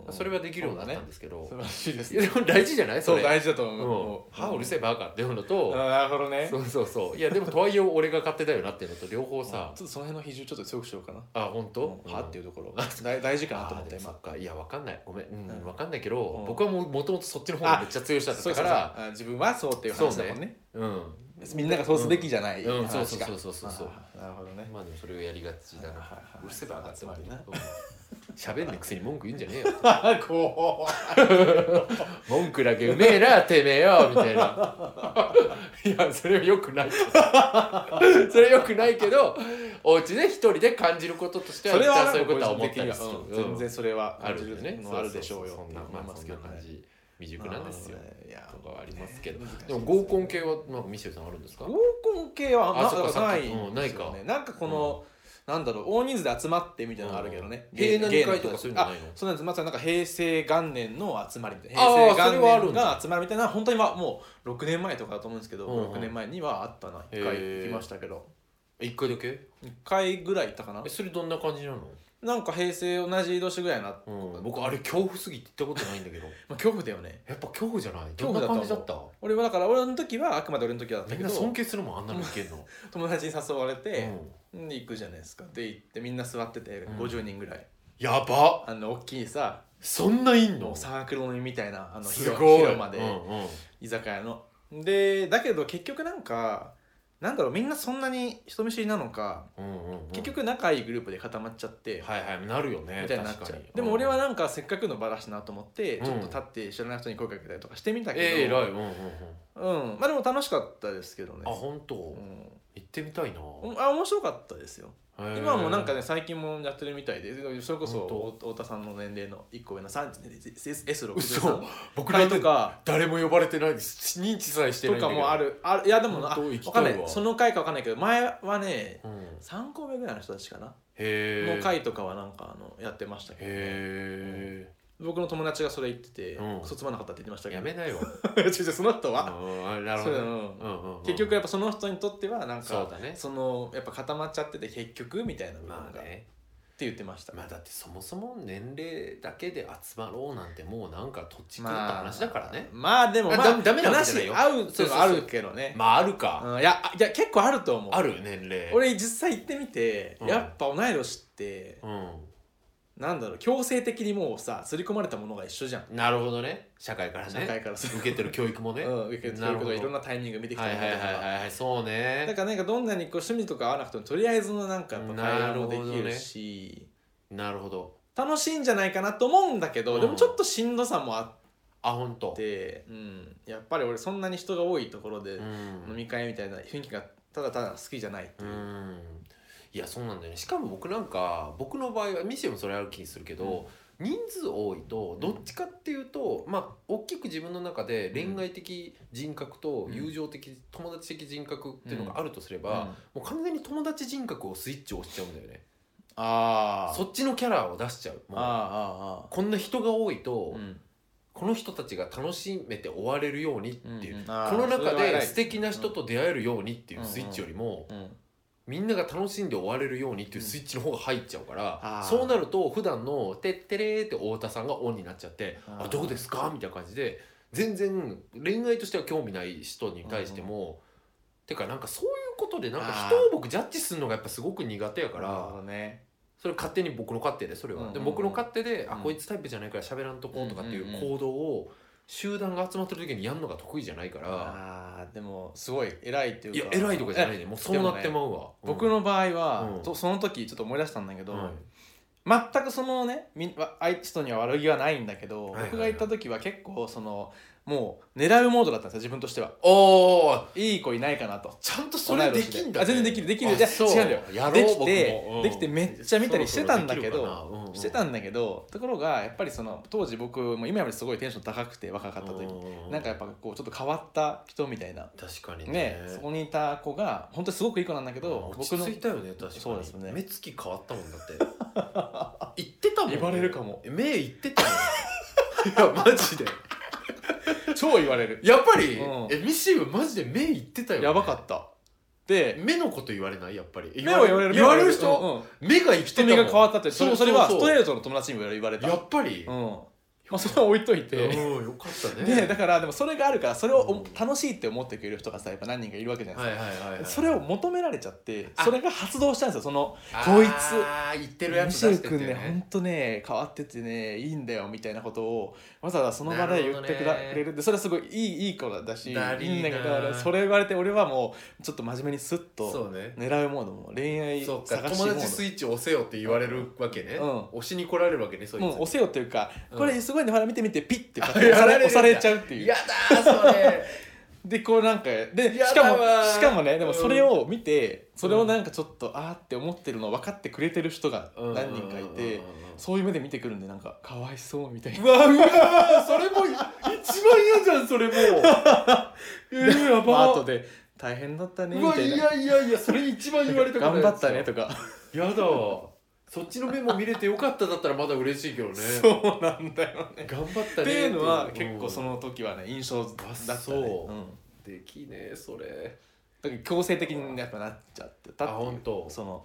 [SPEAKER 1] んうん
[SPEAKER 2] それはできるようになったんですけど、
[SPEAKER 1] 素晴らしいです
[SPEAKER 2] いやでも大事じゃないそ
[SPEAKER 1] そう
[SPEAKER 2] れ
[SPEAKER 1] 大事だと
[SPEAKER 2] う
[SPEAKER 1] 思
[SPEAKER 2] ん
[SPEAKER 1] うも
[SPEAKER 2] 歯うるせえバカっていうのと、
[SPEAKER 1] あなるほどね
[SPEAKER 2] そうそうそういやでもとはいえ俺が勝手だよなっていうのと両方さ、
[SPEAKER 1] ちょっとその辺の比重ちょっと強くしようかな
[SPEAKER 2] あ本当、
[SPEAKER 1] はっていうところ大大事かなと思
[SPEAKER 2] あ
[SPEAKER 1] った
[SPEAKER 2] ーでもそ
[SPEAKER 1] 今
[SPEAKER 2] っかいやわかんないごめん、うん
[SPEAKER 1] うん
[SPEAKER 2] わかんないけど、
[SPEAKER 1] うん
[SPEAKER 2] 僕はもうもともとそっちの方がめっちゃ強い人だったから
[SPEAKER 1] あ自分はそうっていう話だもんね
[SPEAKER 2] うん
[SPEAKER 1] みんながそうすべきじゃない
[SPEAKER 2] うんそう
[SPEAKER 1] 話
[SPEAKER 2] そう
[SPEAKER 1] か
[SPEAKER 2] そうそうそうそう
[SPEAKER 1] あーなるほどね
[SPEAKER 2] まあでもそれをやりがちだ
[SPEAKER 1] はいは
[SPEAKER 2] ない
[SPEAKER 1] はいう
[SPEAKER 2] るせえば上がっても
[SPEAKER 1] 集ま
[SPEAKER 2] ね
[SPEAKER 1] り
[SPEAKER 2] 喋んねくせに文句言うんじゃねえよ
[SPEAKER 1] こ
[SPEAKER 2] 文句だけうめえなてめえよみたいな いやそれはよくない それよくないけどお家で一人で感じることとして
[SPEAKER 1] う
[SPEAKER 2] は
[SPEAKER 1] それは
[SPEAKER 2] そういうことは思ったりは
[SPEAKER 1] 個人的に
[SPEAKER 2] う
[SPEAKER 1] は
[SPEAKER 2] ん
[SPEAKER 1] 全然それは
[SPEAKER 2] あるよ
[SPEAKER 1] 感じ
[SPEAKER 2] ね
[SPEAKER 1] のあるでしょうよ
[SPEAKER 2] そんなまあそんな感じ未熟なんですよ
[SPEAKER 1] いや
[SPEAKER 2] とかはありますけど
[SPEAKER 1] ね難しい
[SPEAKER 2] でも合コン系はなんかミシェルさんあるんですか
[SPEAKER 1] 合コン系は
[SPEAKER 2] あ
[SPEAKER 1] な
[SPEAKER 2] そっかそっか
[SPEAKER 1] ないんですよね
[SPEAKER 2] うんないか
[SPEAKER 1] なんかこの、なんだろう大人数で集まってみたいなのあるけどね、
[SPEAKER 2] うん
[SPEAKER 1] 芸能
[SPEAKER 2] 平和会とかそういうのないの
[SPEAKER 1] あそうなんですまさになんか平成元年の集まりみたいな
[SPEAKER 2] あー
[SPEAKER 1] 平
[SPEAKER 2] そ
[SPEAKER 1] 成
[SPEAKER 2] れはあ
[SPEAKER 1] 元
[SPEAKER 2] るん
[SPEAKER 1] 年
[SPEAKER 2] だ
[SPEAKER 1] が集まりみたいな本当にまあもう6年前とかだと思うんですけど、
[SPEAKER 2] うんうん
[SPEAKER 1] 6年前にはあったな1回行きましたけど
[SPEAKER 2] 一回だけ
[SPEAKER 1] 1回ぐらい行ったかな
[SPEAKER 2] えそれどんな感じなの
[SPEAKER 1] なんか平成同じ年ぐらいな、
[SPEAKER 2] うん、僕あれ恐怖すぎて行ったことないんだけど
[SPEAKER 1] まあ、恐怖だよね
[SPEAKER 2] やっぱ恐怖じゃない
[SPEAKER 1] 恐怖だ
[SPEAKER 2] ど
[SPEAKER 1] と
[SPEAKER 2] んな感
[SPEAKER 1] 思う
[SPEAKER 2] じだった
[SPEAKER 1] 俺はだから俺の時はあくまで俺の時はだった
[SPEAKER 2] み
[SPEAKER 1] け
[SPEAKER 2] ん
[SPEAKER 1] ど
[SPEAKER 2] な尊敬するもんあんなのいけんの、
[SPEAKER 1] 友達に誘われ
[SPEAKER 2] う
[SPEAKER 1] て、
[SPEAKER 2] ん
[SPEAKER 1] で行くじゃないですかで行ってみんな座ってて
[SPEAKER 2] うん
[SPEAKER 1] 50人ぐらい、
[SPEAKER 2] やば
[SPEAKER 1] あの大きいさ
[SPEAKER 2] そんないん
[SPEAKER 1] もう
[SPEAKER 2] の
[SPEAKER 1] サークル飲みみたいなあの
[SPEAKER 2] す
[SPEAKER 1] 広
[SPEAKER 2] ごい
[SPEAKER 1] 広間で、
[SPEAKER 2] うんうん
[SPEAKER 1] 居酒屋のでだけど結局なんかなんだろうみんなそんなに人見知りなのか、
[SPEAKER 2] うんうんうん
[SPEAKER 1] 結局仲いいグループで固まっちゃって、
[SPEAKER 2] はいはいなるよね
[SPEAKER 1] みたいになっち
[SPEAKER 2] 確
[SPEAKER 1] ゃ
[SPEAKER 2] か
[SPEAKER 1] う
[SPEAKER 2] に
[SPEAKER 1] でも俺は
[SPEAKER 2] うん
[SPEAKER 1] なんかせっかくの場だしなと思って、
[SPEAKER 2] うん
[SPEAKER 1] ちょっと立って知らない人に声かけたりとかしてみた
[SPEAKER 2] ええ
[SPEAKER 1] けど、
[SPEAKER 2] 偉いうんうんうん
[SPEAKER 1] うんまあでも楽しかったですけどね
[SPEAKER 2] あ本当、
[SPEAKER 1] う
[SPEAKER 2] 行ってみたいな、
[SPEAKER 1] ん、あ面白かったですよ
[SPEAKER 2] へえ
[SPEAKER 1] 今もなんかね最近もやってるみたいでそれこそ
[SPEAKER 2] 本
[SPEAKER 1] 太田さんの年齢の1個上の
[SPEAKER 2] 嘘
[SPEAKER 1] S63
[SPEAKER 2] 僕ら
[SPEAKER 1] 回
[SPEAKER 2] と
[SPEAKER 1] と
[SPEAKER 2] か
[SPEAKER 1] か
[SPEAKER 2] 誰も呼ばれてないです認知さえして
[SPEAKER 1] と
[SPEAKER 2] ないんだ
[SPEAKER 1] か
[SPEAKER 2] けど
[SPEAKER 1] もあ、るあるいやでもなあ
[SPEAKER 2] 本当行き
[SPEAKER 1] わ
[SPEAKER 2] た
[SPEAKER 1] か
[SPEAKER 2] い
[SPEAKER 1] ん
[SPEAKER 2] わ
[SPEAKER 1] ないその回かわかんないけど前はね
[SPEAKER 2] うん、へ
[SPEAKER 1] 3個目ぐらいの人たちかな
[SPEAKER 2] え
[SPEAKER 1] の回とかはなんかあのやってましたけどね
[SPEAKER 2] へ
[SPEAKER 1] 僕の友達がそれ言ってて
[SPEAKER 2] うん
[SPEAKER 1] クソつまんなかったって言ってました
[SPEAKER 2] え
[SPEAKER 1] け
[SPEAKER 2] や
[SPEAKER 1] ど
[SPEAKER 2] めないわ
[SPEAKER 1] 違う違うその人は
[SPEAKER 2] うんうんなるほ
[SPEAKER 1] そう
[SPEAKER 2] どね
[SPEAKER 1] うん
[SPEAKER 2] うんうんうん
[SPEAKER 1] 結局やっぱその人にとってはなん
[SPEAKER 2] そう
[SPEAKER 1] か
[SPEAKER 2] だね
[SPEAKER 1] そのやっぱ固まっちゃってて結局みたいな部分が
[SPEAKER 2] まあ
[SPEAKER 1] って
[SPEAKER 2] ね
[SPEAKER 1] 言ってました
[SPEAKER 2] まあだってそもそも年齢だけで集まろうなんてもうなんかとっちくった話だからね
[SPEAKER 1] まあでも
[SPEAKER 2] あ
[SPEAKER 1] まあ
[SPEAKER 2] ダメダメなわけじゃないよ
[SPEAKER 1] 話合うっていうのはあるけどね
[SPEAKER 2] まああるか、
[SPEAKER 1] うんいやあいや結構あると思う
[SPEAKER 2] ある年齢
[SPEAKER 1] 俺実際行ってみて
[SPEAKER 2] うん
[SPEAKER 1] やっぱ同い年って
[SPEAKER 2] う
[SPEAKER 1] なんだろう強制的にもうさ刷り込まれたものが一緒じゃん
[SPEAKER 2] んなるほどね社会からね
[SPEAKER 1] 社会からする
[SPEAKER 2] 受けてる教育もね、
[SPEAKER 1] うん、受けてるけどいろん
[SPEAKER 2] な
[SPEAKER 1] なタイミング見てきた
[SPEAKER 2] はい
[SPEAKER 1] り
[SPEAKER 2] は
[SPEAKER 1] と
[SPEAKER 2] いはい
[SPEAKER 1] か
[SPEAKER 2] はいはいそうね
[SPEAKER 1] だからなんかどんなにこう趣味とか合わなくてもとりあえずのなんかやっぱ会話もできるし
[SPEAKER 2] なるほど
[SPEAKER 1] 楽しいんじゃないかなと思うんだけど、
[SPEAKER 2] うん
[SPEAKER 1] でもちょっとしんどさもあ
[SPEAKER 2] あ本当
[SPEAKER 1] っ。て、うん、やっぱり俺そんなに人が多いところで
[SPEAKER 2] うん
[SPEAKER 1] 飲み会みたいな雰囲気がただただ好きじゃないって
[SPEAKER 2] う
[SPEAKER 1] いう、
[SPEAKER 2] んいやそうなんだよねしかも僕なんか僕の場合はミシェもそれある気にするけど、人数多いとどっちかっていうと、まあ大きく自分の中で恋愛的人格と
[SPEAKER 1] うん
[SPEAKER 2] 友情的、友達的人格っていうのがあるとすれば、
[SPEAKER 1] うん
[SPEAKER 2] もう完全に友達人格をスイッチを押しちゃうんだよね
[SPEAKER 1] ああ
[SPEAKER 2] そっちのキャラを出しちゃうもう
[SPEAKER 1] あ
[SPEAKER 2] こんな人が多いと、
[SPEAKER 1] あああうん
[SPEAKER 2] この人たちが楽しめて終われるようにっていう、
[SPEAKER 1] うんうん
[SPEAKER 2] こ
[SPEAKER 1] あー
[SPEAKER 2] の中
[SPEAKER 1] それは偉
[SPEAKER 2] で
[SPEAKER 1] い
[SPEAKER 2] 素敵な人と出会えるようにっていうスイッチよりも、
[SPEAKER 1] うん
[SPEAKER 2] みんなが楽しんで終われるようにっていうスイッチの方が入っちゃうから、
[SPEAKER 1] うんあー
[SPEAKER 2] そうなると普段の「てってれ」って太田さんがオンになっちゃって「あ
[SPEAKER 1] あー
[SPEAKER 2] どうですか?」みたいな感じで全然恋愛としては興味ない人に対しても、てかなんかそういうことでなんか人を僕ジャッジするのがやっぱすごく苦手やか
[SPEAKER 1] なるほ
[SPEAKER 2] ら
[SPEAKER 1] どね
[SPEAKER 2] それ勝手に僕の勝手でそれは、
[SPEAKER 1] うんうんうん
[SPEAKER 2] で僕の勝手で「あ
[SPEAKER 1] うん
[SPEAKER 2] こいつタイプじゃないから喋らんとこう」とかってい
[SPEAKER 1] んうん
[SPEAKER 2] う
[SPEAKER 1] う
[SPEAKER 2] うん行動を集団が集まってる時にやるのが得意じゃないから、
[SPEAKER 1] あーでもすごい偉いっていう
[SPEAKER 2] い
[SPEAKER 1] か
[SPEAKER 2] や偉いとかじゃない
[SPEAKER 1] え
[SPEAKER 2] ねもうそうなってまうわ。
[SPEAKER 1] 僕の場合は、
[SPEAKER 2] うん
[SPEAKER 1] とその時ちょっと思い出したんだけ
[SPEAKER 2] う
[SPEAKER 1] ど、
[SPEAKER 2] ん、はい
[SPEAKER 1] 全くそのねみんわ相手人には悪気はないんだけ
[SPEAKER 2] はい
[SPEAKER 1] ど、
[SPEAKER 2] はいはい
[SPEAKER 1] 僕が行った時は結構そのもう狙うモードだったんですよ自分としては
[SPEAKER 2] おー
[SPEAKER 1] いい子いないかなと
[SPEAKER 2] ちゃんとそれできんだ、
[SPEAKER 1] あ全然できるできる
[SPEAKER 2] あ
[SPEAKER 1] じゃあ
[SPEAKER 2] そう
[SPEAKER 1] 違うんだよ
[SPEAKER 2] やろう
[SPEAKER 1] できて
[SPEAKER 2] 僕も
[SPEAKER 1] できてめっちゃ見たりしてたんだけど
[SPEAKER 2] そろそろできるかなうんうん
[SPEAKER 1] してたんだけどところがやっぱりその当時僕も今よりすごいテンション高くて若かった時、
[SPEAKER 2] う
[SPEAKER 1] なんかやっぱこうちょっと変わった人みたいな
[SPEAKER 2] 確かにね
[SPEAKER 1] ねそこにいた子が本当にすごくいい子なんだけ
[SPEAKER 2] うん
[SPEAKER 1] ど
[SPEAKER 2] 落
[SPEAKER 1] 僕
[SPEAKER 2] ち
[SPEAKER 1] の
[SPEAKER 2] 着いたよね確かに
[SPEAKER 1] そうですね
[SPEAKER 2] 目つき変わったもんだって言って たもん、ね、
[SPEAKER 1] 言われるかも
[SPEAKER 2] 目言ってたもん いやマジで
[SPEAKER 1] 超言われる
[SPEAKER 2] やっぱり、
[SPEAKER 1] うん
[SPEAKER 2] えミシェルマジで目言ってたよ、ね、
[SPEAKER 1] やばかったで
[SPEAKER 2] 目のこと言われないやっぱり
[SPEAKER 1] 目を言われる
[SPEAKER 2] 言われる人、
[SPEAKER 1] うんうん
[SPEAKER 2] 目が生きて
[SPEAKER 1] 瞳が変わったってそれそれはストレートの友達にも言われた
[SPEAKER 2] やっぱり、
[SPEAKER 1] うん
[SPEAKER 2] よ
[SPEAKER 1] まあそれは置いといて、
[SPEAKER 2] おーよかったね
[SPEAKER 1] でだからでもそれがあるからそれをお楽しいって思ってくれる人がさやっぱ何人かいるわけじゃな
[SPEAKER 2] は
[SPEAKER 1] いで
[SPEAKER 2] いはいはい、はい、
[SPEAKER 1] すか、それを求められちゃって
[SPEAKER 2] あ
[SPEAKER 1] それが発動したんですよその
[SPEAKER 2] あ
[SPEAKER 1] こいつ
[SPEAKER 2] ー言ってるや
[SPEAKER 1] ミ
[SPEAKER 2] つ
[SPEAKER 1] シェ
[SPEAKER 2] 出
[SPEAKER 1] ル
[SPEAKER 2] してって
[SPEAKER 1] 君
[SPEAKER 2] ね
[SPEAKER 1] ねほんとね変わっててねいいんだよみたいなことをわざわざその場で言ってく
[SPEAKER 2] なるほ
[SPEAKER 1] だ
[SPEAKER 2] どね
[SPEAKER 1] くれるでそれはすごいいいいい子だしいいん
[SPEAKER 2] だ
[SPEAKER 1] だ
[SPEAKER 2] りーな
[SPEAKER 1] けどそれ言われて俺はもうちょっと真面目にスッと
[SPEAKER 2] そうね
[SPEAKER 1] 狙うモードも恋愛
[SPEAKER 2] そ
[SPEAKER 1] 探
[SPEAKER 2] う
[SPEAKER 1] し
[SPEAKER 2] か
[SPEAKER 1] モ
[SPEAKER 2] 友達スイ
[SPEAKER 1] ー
[SPEAKER 2] ッチ押せよって言われるわけね、
[SPEAKER 1] うん
[SPEAKER 2] 押しに来られるわけねそ
[SPEAKER 1] ド
[SPEAKER 2] いつ
[SPEAKER 1] もう押せよというか、
[SPEAKER 2] うん
[SPEAKER 1] これすごいねほら見て見てピッて
[SPEAKER 2] あ
[SPEAKER 1] 押され
[SPEAKER 2] やられるんだ
[SPEAKER 1] 押されちゃうっていう
[SPEAKER 2] やだーそれ
[SPEAKER 1] でこうなんかで
[SPEAKER 2] や
[SPEAKER 1] し
[SPEAKER 2] だ
[SPEAKER 1] かも
[SPEAKER 2] わー
[SPEAKER 1] しかもねでもそれを見て、それをなんかちょっとあーって思ってるのを分かってくれてる人が 何人か
[SPEAKER 2] うんうんうん
[SPEAKER 1] いて、
[SPEAKER 2] うん
[SPEAKER 1] そういう目で見てくるんでなんかかわいそうみたいな
[SPEAKER 2] うわうわそれも一番嫌じゃんそれ もうえー、や
[SPEAKER 1] まあ
[SPEAKER 2] ば
[SPEAKER 1] 後で「大変だったね」
[SPEAKER 2] う
[SPEAKER 1] み
[SPEAKER 2] わ
[SPEAKER 1] たい
[SPEAKER 2] い
[SPEAKER 1] な
[SPEAKER 2] やいやいやそれ一番言われ
[SPEAKER 1] 「
[SPEAKER 2] たくない
[SPEAKER 1] 頑張ったね」
[SPEAKER 2] か
[SPEAKER 1] とか
[SPEAKER 2] やだそっちの目も見れてよかっただったらまだ嬉しいけどね
[SPEAKER 1] そうなんだよね。
[SPEAKER 2] 頑張っ
[SPEAKER 1] った
[SPEAKER 2] ね
[SPEAKER 1] ていうのは
[SPEAKER 2] ん
[SPEAKER 1] 結構その時はね印象だった
[SPEAKER 2] あ
[SPEAKER 1] ね
[SPEAKER 2] そうんできねえそれ
[SPEAKER 1] だから強制的にやっぱなっちゃってた
[SPEAKER 2] あ
[SPEAKER 1] っていう
[SPEAKER 2] 本当
[SPEAKER 1] その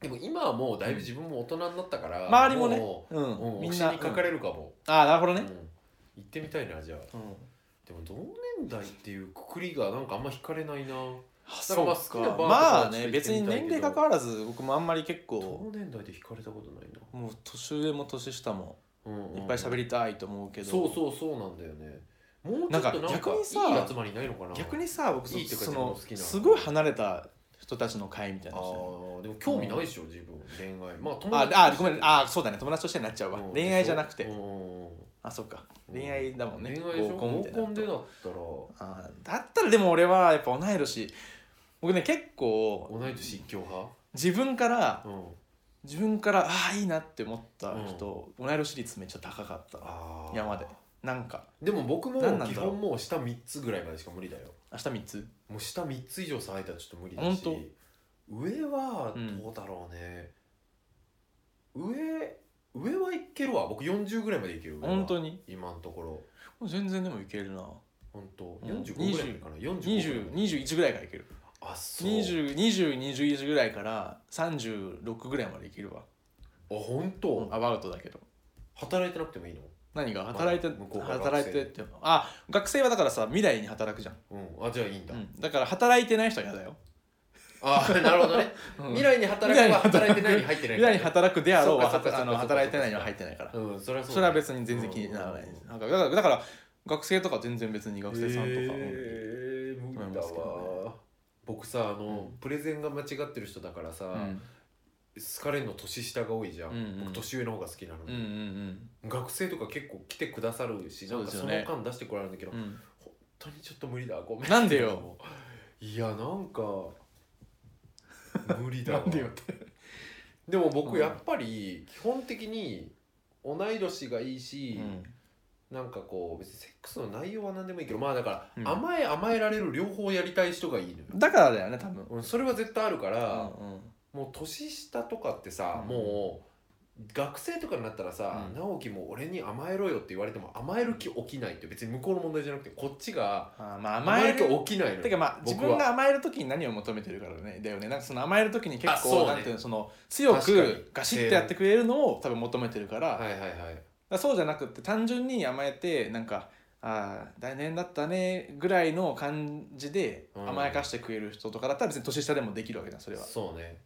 [SPEAKER 2] でも今はもうだいぶ自分も大人になったから、
[SPEAKER 1] 周りもね
[SPEAKER 2] も
[SPEAKER 1] う
[SPEAKER 2] う、うん
[SPEAKER 1] ん、みん
[SPEAKER 2] 推し
[SPEAKER 1] な
[SPEAKER 2] にかかれるかも、
[SPEAKER 1] うんああなるほど
[SPEAKER 2] うん
[SPEAKER 1] ね、
[SPEAKER 2] 行ってみたいなじゃあ
[SPEAKER 1] うん、
[SPEAKER 2] でも同年代っていうくくりがなんかあんま惹かれないな
[SPEAKER 1] あ
[SPEAKER 2] だから
[SPEAKER 1] そ
[SPEAKER 2] まあ
[SPEAKER 1] う
[SPEAKER 2] 好きなバー
[SPEAKER 1] か
[SPEAKER 2] とか
[SPEAKER 1] ま
[SPEAKER 2] ちょ
[SPEAKER 1] あね
[SPEAKER 2] っと行っ
[SPEAKER 1] 別
[SPEAKER 2] てみたいけど
[SPEAKER 1] に年齢関わらず僕もあんまり結構
[SPEAKER 2] 同年代で惹かれたことないな
[SPEAKER 1] もう年上も年下も
[SPEAKER 2] うんうん
[SPEAKER 1] いっぱい喋りたいと思うけど、
[SPEAKER 2] そうそうそうなんだよねもうちょ
[SPEAKER 1] な
[SPEAKER 2] っ
[SPEAKER 1] んか
[SPEAKER 2] となんか
[SPEAKER 1] 逆
[SPEAKER 2] い
[SPEAKER 1] に
[SPEAKER 2] い
[SPEAKER 1] さ
[SPEAKER 2] 集まりないのかな
[SPEAKER 1] 逆にさ僕そ
[SPEAKER 2] いいっていうか
[SPEAKER 1] そ
[SPEAKER 2] 自分の
[SPEAKER 1] の
[SPEAKER 2] 好きな
[SPEAKER 1] すごい離れた人たちの会みたい
[SPEAKER 2] あ
[SPEAKER 1] なの
[SPEAKER 2] ーでも興味ないでしょ自分恋愛まあ友
[SPEAKER 1] あ
[SPEAKER 2] 達
[SPEAKER 1] あごめんあそうだね友達としてになっちゃうわ、
[SPEAKER 2] うん
[SPEAKER 1] 恋愛じゃなくて、
[SPEAKER 2] うんうんうん
[SPEAKER 1] あそっか恋愛だもんね
[SPEAKER 2] 恋愛でしょ合
[SPEAKER 1] 合コ
[SPEAKER 2] コ
[SPEAKER 1] ン
[SPEAKER 2] ン
[SPEAKER 1] みたいな
[SPEAKER 2] でだったら同
[SPEAKER 1] あーだったらでも俺はやっぱ同い年僕ね結構
[SPEAKER 2] い年一強派
[SPEAKER 1] 自分から
[SPEAKER 2] うん
[SPEAKER 1] 自分からああいいなって思った人、同い年率めっちゃ高かったわ
[SPEAKER 2] あー
[SPEAKER 1] 山でなんか
[SPEAKER 2] でも僕も
[SPEAKER 1] 何なん
[SPEAKER 2] 基
[SPEAKER 1] だろう
[SPEAKER 2] 本もう下3つぐらいまでしか無理だよ
[SPEAKER 1] 明日3つ
[SPEAKER 2] もう下3つ以上さえたらちょっと無理だし
[SPEAKER 1] ほん
[SPEAKER 2] 上はどうだろうね、上上はいけるわ僕40ぐらいまでいける上は
[SPEAKER 1] 本当に
[SPEAKER 2] 今のところ
[SPEAKER 1] 全然でもいけるな
[SPEAKER 2] 本当
[SPEAKER 1] うん
[SPEAKER 2] 45ぐらいまでかな45ぐらいまで
[SPEAKER 1] 2021ぐらいからいける
[SPEAKER 2] あそう
[SPEAKER 1] 202021ぐらいから36ぐらいまでいけるわ
[SPEAKER 2] あ本当、
[SPEAKER 1] アバウトだけど
[SPEAKER 2] 働いてなくてもいいの
[SPEAKER 1] 何が働いて、
[SPEAKER 2] まあ向こうから学生
[SPEAKER 1] 働いてってあ学生はだからさ未来に働くじゃん、
[SPEAKER 2] うんあじゃあいいんだ、
[SPEAKER 1] うんだから働いてない人は嫌だよ、
[SPEAKER 2] ああなるほどね
[SPEAKER 1] うん
[SPEAKER 2] 未来に働くは働いてないに入ってない
[SPEAKER 1] 未来に働くであろうは
[SPEAKER 2] そっかそっか
[SPEAKER 1] はあの
[SPEAKER 2] そっかそっか
[SPEAKER 1] 働いてないのは入ってないから
[SPEAKER 2] うんそれはそう
[SPEAKER 1] それは別に全然気にならないですなんかだからだから学生とか全然別に学生さんとか、
[SPEAKER 2] えー、無理だ
[SPEAKER 1] 思いますけど
[SPEAKER 2] わ僕さあの、
[SPEAKER 1] うん
[SPEAKER 2] プレゼンが間違ってる人だからさ、
[SPEAKER 1] うん
[SPEAKER 2] 好かれるの年下が多いじゃん、
[SPEAKER 1] うんうん
[SPEAKER 2] 僕年上の方が好きなの、
[SPEAKER 1] うんうん
[SPEAKER 2] 学生とか結構来てくださるしなんかそ
[SPEAKER 1] そう
[SPEAKER 2] の
[SPEAKER 1] ですよね
[SPEAKER 2] 間出してこられるんだけど、
[SPEAKER 1] うんうん
[SPEAKER 2] 本当にちょっと無理だごめん
[SPEAKER 1] なんでよ
[SPEAKER 2] いやなんか無理だ
[SPEAKER 1] な
[SPEAKER 2] わ
[SPEAKER 1] んでよって
[SPEAKER 2] でも
[SPEAKER 1] う
[SPEAKER 2] 僕
[SPEAKER 1] ん
[SPEAKER 2] やっぱり基本的に同い年がいいし、なんかこう別にセックスの内容は何でもいいけどまあだか
[SPEAKER 1] うん
[SPEAKER 2] ら甘え甘えられる両方やりたい人がいいのよ、
[SPEAKER 1] うんだからだよね多分
[SPEAKER 2] うん、それは絶対あるか
[SPEAKER 1] う
[SPEAKER 2] ら、
[SPEAKER 1] んうん
[SPEAKER 2] もう年下とかってさ、
[SPEAKER 1] うん
[SPEAKER 2] もう学生とかになったらさ、
[SPEAKER 1] うん
[SPEAKER 2] 直樹も俺に甘えろよって言われても甘える気起きないって別に向こうの問題じゃなくてこっちが
[SPEAKER 1] あーまあ
[SPEAKER 2] 甘
[SPEAKER 1] 甘え
[SPEAKER 2] える
[SPEAKER 1] る
[SPEAKER 2] 気起きないの
[SPEAKER 1] て
[SPEAKER 2] よ
[SPEAKER 1] かまあ
[SPEAKER 2] 僕は
[SPEAKER 1] 自分が甘える時に何を求めてるからねだよねなんかその甘える時に
[SPEAKER 2] あ
[SPEAKER 1] 結
[SPEAKER 2] そう
[SPEAKER 1] 構
[SPEAKER 2] ね
[SPEAKER 1] なんていうのその強
[SPEAKER 2] 確かに
[SPEAKER 1] くガシッてやってくれるのを多分求めてるからだか
[SPEAKER 2] はいはいはい
[SPEAKER 1] らそうじゃなくて単純に甘えてなんかああ大変だったねぐらいの感じで
[SPEAKER 2] うん
[SPEAKER 1] 甘やかしてくれる人とかだったら別に年下でもできるわけだそれは
[SPEAKER 2] そうね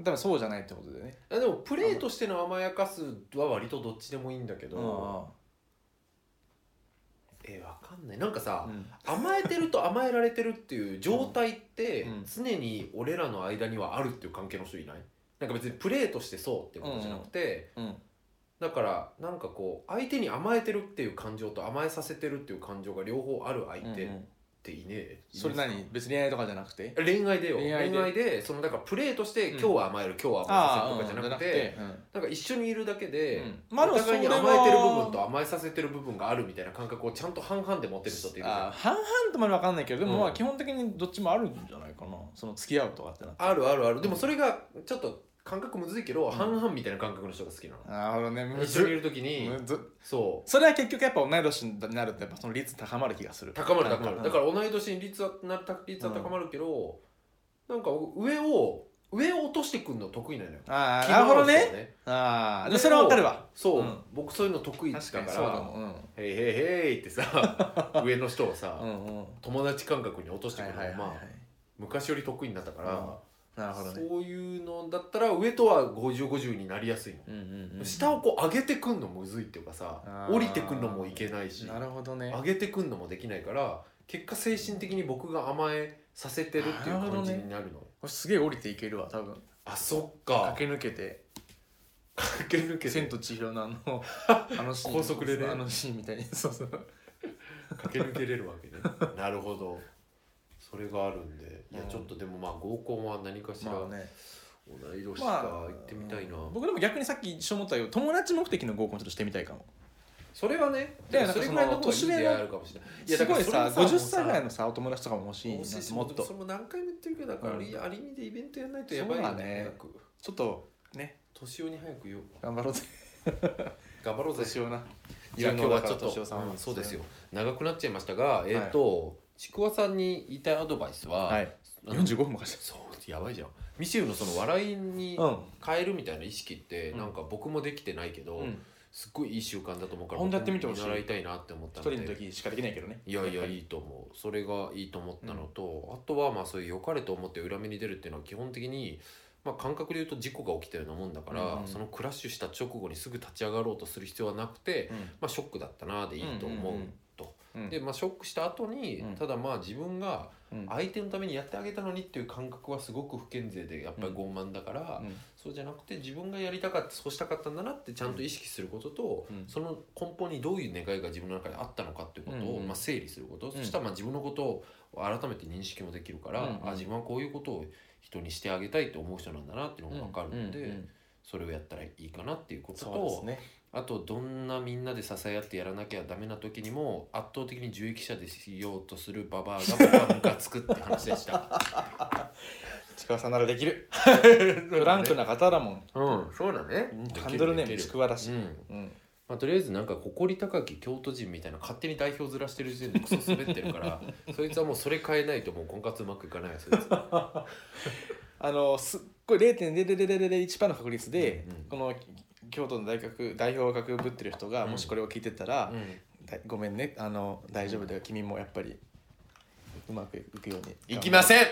[SPEAKER 1] 多分そうじゃないってことだよね
[SPEAKER 2] あでもプレーとしての甘やかすは割とどっちでもいいんだけ
[SPEAKER 1] うんうん
[SPEAKER 2] ど、えわかんないなんかさ、
[SPEAKER 1] うん
[SPEAKER 2] 甘えてると甘えられてるっていう状態って
[SPEAKER 1] うん
[SPEAKER 2] 常に俺らの間にはあるっていう関係の人いないなんか別にプレーとしてそうってことじゃなくて、
[SPEAKER 1] うん
[SPEAKER 2] だからなんかこう相手に甘えてるっていう感情と甘えさせてるっていう感情が両方ある相
[SPEAKER 1] うんう
[SPEAKER 2] 手っ
[SPEAKER 1] ん
[SPEAKER 2] ていねえ、
[SPEAKER 1] それ
[SPEAKER 2] い
[SPEAKER 1] 何
[SPEAKER 2] ね
[SPEAKER 1] 別に恋愛とかじゃなくて
[SPEAKER 2] え恋愛でよ恋
[SPEAKER 1] 恋
[SPEAKER 2] 愛
[SPEAKER 1] 愛
[SPEAKER 2] で
[SPEAKER 1] で
[SPEAKER 2] そのだからプレーとして今
[SPEAKER 1] うん
[SPEAKER 2] 日は甘える、今日は
[SPEAKER 1] あ
[SPEAKER 2] 甘え
[SPEAKER 1] あ
[SPEAKER 2] させるとかじゃなくて
[SPEAKER 1] うん
[SPEAKER 2] なんか一緒にいるだけで、
[SPEAKER 1] うんまあで
[SPEAKER 2] お
[SPEAKER 1] もそ
[SPEAKER 2] 互い
[SPEAKER 1] れ
[SPEAKER 2] に
[SPEAKER 1] は
[SPEAKER 2] 甘えてる部分と甘えさせてる部分があるみたいな感覚をちゃんと半々で持ってる人っているじゃん
[SPEAKER 1] あー半々とまで分かんないけどでもま
[SPEAKER 2] う
[SPEAKER 1] あ
[SPEAKER 2] ん
[SPEAKER 1] 基本的にどっちもあるんじゃないかなその付き合うとかってな
[SPEAKER 2] あるあるあるでもそれがちょっと感覚むずいけど、半々みたいな感覚の人が好きなの、
[SPEAKER 1] なるほどねむ
[SPEAKER 2] 一緒にい
[SPEAKER 1] ず
[SPEAKER 2] る時に、
[SPEAKER 1] むず
[SPEAKER 2] そ
[SPEAKER 1] それは結局やっぱ同い年になるとやっぱその率高まる気がす
[SPEAKER 2] う
[SPEAKER 1] る
[SPEAKER 2] 高まる高ま
[SPEAKER 1] う
[SPEAKER 2] る
[SPEAKER 1] ん
[SPEAKER 2] だから同い年に率はな率は高まるけど、なんか上を上を落としてくんの得意なのよ
[SPEAKER 1] ああなるほど
[SPEAKER 2] 着回す
[SPEAKER 1] ね
[SPEAKER 2] のね
[SPEAKER 1] ああで
[SPEAKER 2] で
[SPEAKER 1] もそれはわかるわ
[SPEAKER 2] そう、
[SPEAKER 1] うん
[SPEAKER 2] 僕そういうの得意だ
[SPEAKER 1] 確か
[SPEAKER 2] か
[SPEAKER 1] に
[SPEAKER 2] ら
[SPEAKER 1] そうだもん
[SPEAKER 2] 「へいへいへい」って さ上の人をさ、
[SPEAKER 1] うんうんうん
[SPEAKER 2] 友達感覚に落として
[SPEAKER 1] は
[SPEAKER 2] く
[SPEAKER 1] い
[SPEAKER 2] るの
[SPEAKER 1] は
[SPEAKER 2] が、
[SPEAKER 1] いはいは
[SPEAKER 2] まあ、昔より得意になったから、
[SPEAKER 1] いなるほどね
[SPEAKER 2] そういうのだったら上とは5050になりやすいの、
[SPEAKER 1] うんうんうん
[SPEAKER 2] 下をこう上げてくんのむずいっていうかさ
[SPEAKER 1] あー
[SPEAKER 2] 降りてくんのもいけないし
[SPEAKER 1] なるほどね
[SPEAKER 2] 上げてくんのもできないから結果精神的に僕が甘えさせてるっていう
[SPEAKER 1] なるほど
[SPEAKER 2] 感
[SPEAKER 1] ね
[SPEAKER 2] じになるの
[SPEAKER 1] これすげえ降りていけるわ多分
[SPEAKER 2] あそっか
[SPEAKER 1] 駆け抜けて
[SPEAKER 2] 駆け抜
[SPEAKER 1] 「千
[SPEAKER 2] 駆
[SPEAKER 1] と千尋の あのあのシーン
[SPEAKER 2] 高速でね
[SPEAKER 1] あのシーンみたいに そうそう
[SPEAKER 2] け抜けれるわけね なるほどそれがあるんでいや
[SPEAKER 1] うん
[SPEAKER 2] ちょっとでもまあ合コンは何かしら
[SPEAKER 1] まあ
[SPEAKER 2] 同
[SPEAKER 1] ね
[SPEAKER 2] い年か行ってみたいな、
[SPEAKER 1] うん僕でも逆にさっき一緒思ったけど友達目的の合コンちょっとしてみたいかも
[SPEAKER 2] それはね
[SPEAKER 1] だ
[SPEAKER 2] で
[SPEAKER 1] よ
[SPEAKER 2] も
[SPEAKER 1] ね
[SPEAKER 2] それぐらいの方がいい出会いあるかもしれないいや
[SPEAKER 1] す
[SPEAKER 2] だか
[SPEAKER 1] ご
[SPEAKER 2] ら
[SPEAKER 1] い
[SPEAKER 2] それ
[SPEAKER 1] さ
[SPEAKER 2] も
[SPEAKER 1] 50歳ぐらい
[SPEAKER 2] も
[SPEAKER 1] のさお友達とかも欲し
[SPEAKER 2] う
[SPEAKER 1] い
[SPEAKER 2] 欲しい
[SPEAKER 1] な
[SPEAKER 2] し
[SPEAKER 1] も
[SPEAKER 2] も
[SPEAKER 1] っ
[SPEAKER 2] っ
[SPEAKER 1] と
[SPEAKER 2] とそれも何回も言ってるけどだから、
[SPEAKER 1] うん
[SPEAKER 2] ありアリミでイベントやらないとやばい
[SPEAKER 1] そうだね
[SPEAKER 2] 早く
[SPEAKER 1] ちょっとね
[SPEAKER 2] 年をに早く言おう
[SPEAKER 1] 頑張ろうぜ
[SPEAKER 2] 頑張ろうぜ
[SPEAKER 1] 年をな
[SPEAKER 2] じゃあ今日はちょっ
[SPEAKER 1] 年をさ
[SPEAKER 2] と、
[SPEAKER 1] ん
[SPEAKER 2] うんそうですよ長くなっちゃいましたがえっ、と、ちくわさんに言いたいアドバイスは、
[SPEAKER 1] はい
[SPEAKER 2] あの
[SPEAKER 1] 45分も貸し
[SPEAKER 2] そうやばいじゃんミシェルのその笑いに
[SPEAKER 1] たうん
[SPEAKER 2] 変えるみたいな意識って、
[SPEAKER 1] うん
[SPEAKER 2] なんか僕もできてないけど、
[SPEAKER 1] うん
[SPEAKER 2] すっごいいい習慣だと思うから
[SPEAKER 1] ほんとやってみてほしい
[SPEAKER 2] 僕も見習いたいなって思っ
[SPEAKER 1] 一
[SPEAKER 2] たの
[SPEAKER 1] 人
[SPEAKER 2] で
[SPEAKER 1] の時しかできないけどね
[SPEAKER 2] いやいやいいと思うそれがいいと思ったのと、あとはまあそういう良かれと思って裏目に出るっていうのは基本的に、まあ、感覚で言うと事故が起きたようなもんだから、
[SPEAKER 1] うん
[SPEAKER 2] そのクラッシュした直後にすぐ立ち上がろうとする必要はなくて、まあ、ショックだったなでいいと思う,、と
[SPEAKER 1] うん
[SPEAKER 2] で、まあ、ショックした後に、
[SPEAKER 1] うん
[SPEAKER 2] ただまあ自分が
[SPEAKER 1] うん
[SPEAKER 2] 相手のためにやってあげたのにっていう感覚はすごく不健全でやっぱり傲慢だから、
[SPEAKER 1] うん
[SPEAKER 2] そうじゃなくて自分がやりたかったそうしたかったんだなってちゃんと意識することと、
[SPEAKER 1] うん
[SPEAKER 2] その根本にどういう願いが自分の中であったのかっていうことを、
[SPEAKER 1] うんうん
[SPEAKER 2] まあ、整理すること、
[SPEAKER 1] ん
[SPEAKER 2] そしたらまあ自分のことを改めて認識もできるから、
[SPEAKER 1] うんうん
[SPEAKER 2] あ自分はこういうことを人にしてあげたいと思う人なんだなっていうのが分かるので、
[SPEAKER 1] うんうん
[SPEAKER 2] それをやったらいいかなっていうこと
[SPEAKER 1] そうです
[SPEAKER 2] と、
[SPEAKER 1] ね
[SPEAKER 2] あとどんなみんなで支え合ってやらなきゃダメな時にも圧倒的に受益者でしようとするババアが僕はムカつくって話でした。
[SPEAKER 1] ちくわさんならできるフ ランクな方だもん
[SPEAKER 2] うん、そうだね
[SPEAKER 1] ハンドルネームちくわだし
[SPEAKER 2] うん
[SPEAKER 1] うん
[SPEAKER 2] まあ、とりあえずなんか誇り高き京都人みたいな勝手に代表ずらしてる時点でクソ滑ってるから そいつはもうそれ変えないともう婚活うまくいかないよそいつ
[SPEAKER 1] あのすっごい0.0001%の確率で、
[SPEAKER 2] うんうん
[SPEAKER 1] この京都の大学代表学ぶってる人が
[SPEAKER 2] うん
[SPEAKER 1] もしこれを聞いてたら、
[SPEAKER 2] うん
[SPEAKER 1] だごめんねあの大丈夫だよ君もやっぱりうまくいくように
[SPEAKER 2] 行きません い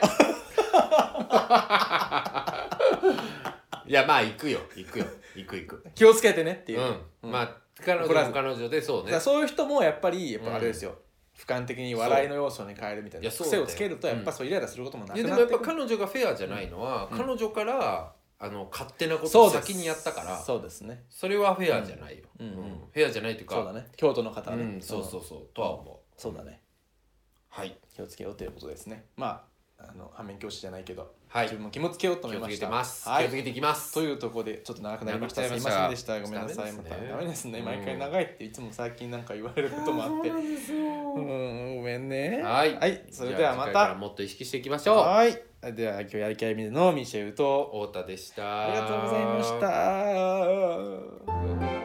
[SPEAKER 2] やまあ行くよ行くよ行く行く
[SPEAKER 1] 気をつけてねって
[SPEAKER 2] う
[SPEAKER 1] いう、
[SPEAKER 2] ん、
[SPEAKER 1] うん
[SPEAKER 2] まあ彼女
[SPEAKER 1] 怒らず
[SPEAKER 2] も彼女でそう
[SPEAKER 1] だ
[SPEAKER 2] ね
[SPEAKER 1] からそういう人もやっぱりやっぱあれですよ、俯瞰的に笑いの要素に変えるみたい
[SPEAKER 2] い
[SPEAKER 1] な
[SPEAKER 2] やそう
[SPEAKER 1] 癖
[SPEAKER 2] だよ
[SPEAKER 1] をつけるとやっぱそうイライラすることもなく
[SPEAKER 2] い
[SPEAKER 1] な
[SPEAKER 2] や
[SPEAKER 1] って
[SPEAKER 2] で
[SPEAKER 1] く
[SPEAKER 2] も
[SPEAKER 1] る
[SPEAKER 2] やっぱ彼女がフェアじゃないのは、
[SPEAKER 1] うん
[SPEAKER 2] 彼女からあの勝手なこと
[SPEAKER 1] そ
[SPEAKER 2] を
[SPEAKER 1] うです
[SPEAKER 2] 先にやったからそ
[SPEAKER 1] そうですね
[SPEAKER 2] れはフェアじゃないよ、
[SPEAKER 1] うんうんうん
[SPEAKER 2] フェアじゃないというか
[SPEAKER 1] そうだね京都の方はね、
[SPEAKER 2] うん、そうそうそう、とは思う
[SPEAKER 1] そうだね
[SPEAKER 2] はい
[SPEAKER 1] 気をつけようということですねまああの反面教師じゃないけど、
[SPEAKER 2] はい
[SPEAKER 1] 自分も気もつけようと
[SPEAKER 2] 気
[SPEAKER 1] 思い
[SPEAKER 2] を
[SPEAKER 1] ま
[SPEAKER 2] つけ
[SPEAKER 1] してた
[SPEAKER 2] ます、
[SPEAKER 1] は
[SPEAKER 2] 気をつけ
[SPEAKER 1] い
[SPEAKER 2] ていきます
[SPEAKER 1] というところでちょっと長くなりましたす
[SPEAKER 2] 長くなり
[SPEAKER 1] い
[SPEAKER 2] まし
[SPEAKER 1] ま
[SPEAKER 2] た
[SPEAKER 1] せんでしたごめんなさい
[SPEAKER 2] ダ
[SPEAKER 1] ま
[SPEAKER 2] メです
[SPEAKER 1] た
[SPEAKER 2] ね
[SPEAKER 1] ダメですね
[SPEAKER 2] うん
[SPEAKER 1] 毎回長いっていつも最近なんか言われることもあって
[SPEAKER 2] そうなんですよ
[SPEAKER 1] うんごめんね
[SPEAKER 2] はい、
[SPEAKER 1] それではま
[SPEAKER 2] じゃあ次回から
[SPEAKER 1] た
[SPEAKER 2] もっと意識していきましょう
[SPEAKER 1] はいでは今日やりきゃいみでのミシェルと
[SPEAKER 2] 太田でした
[SPEAKER 1] ありがとうございました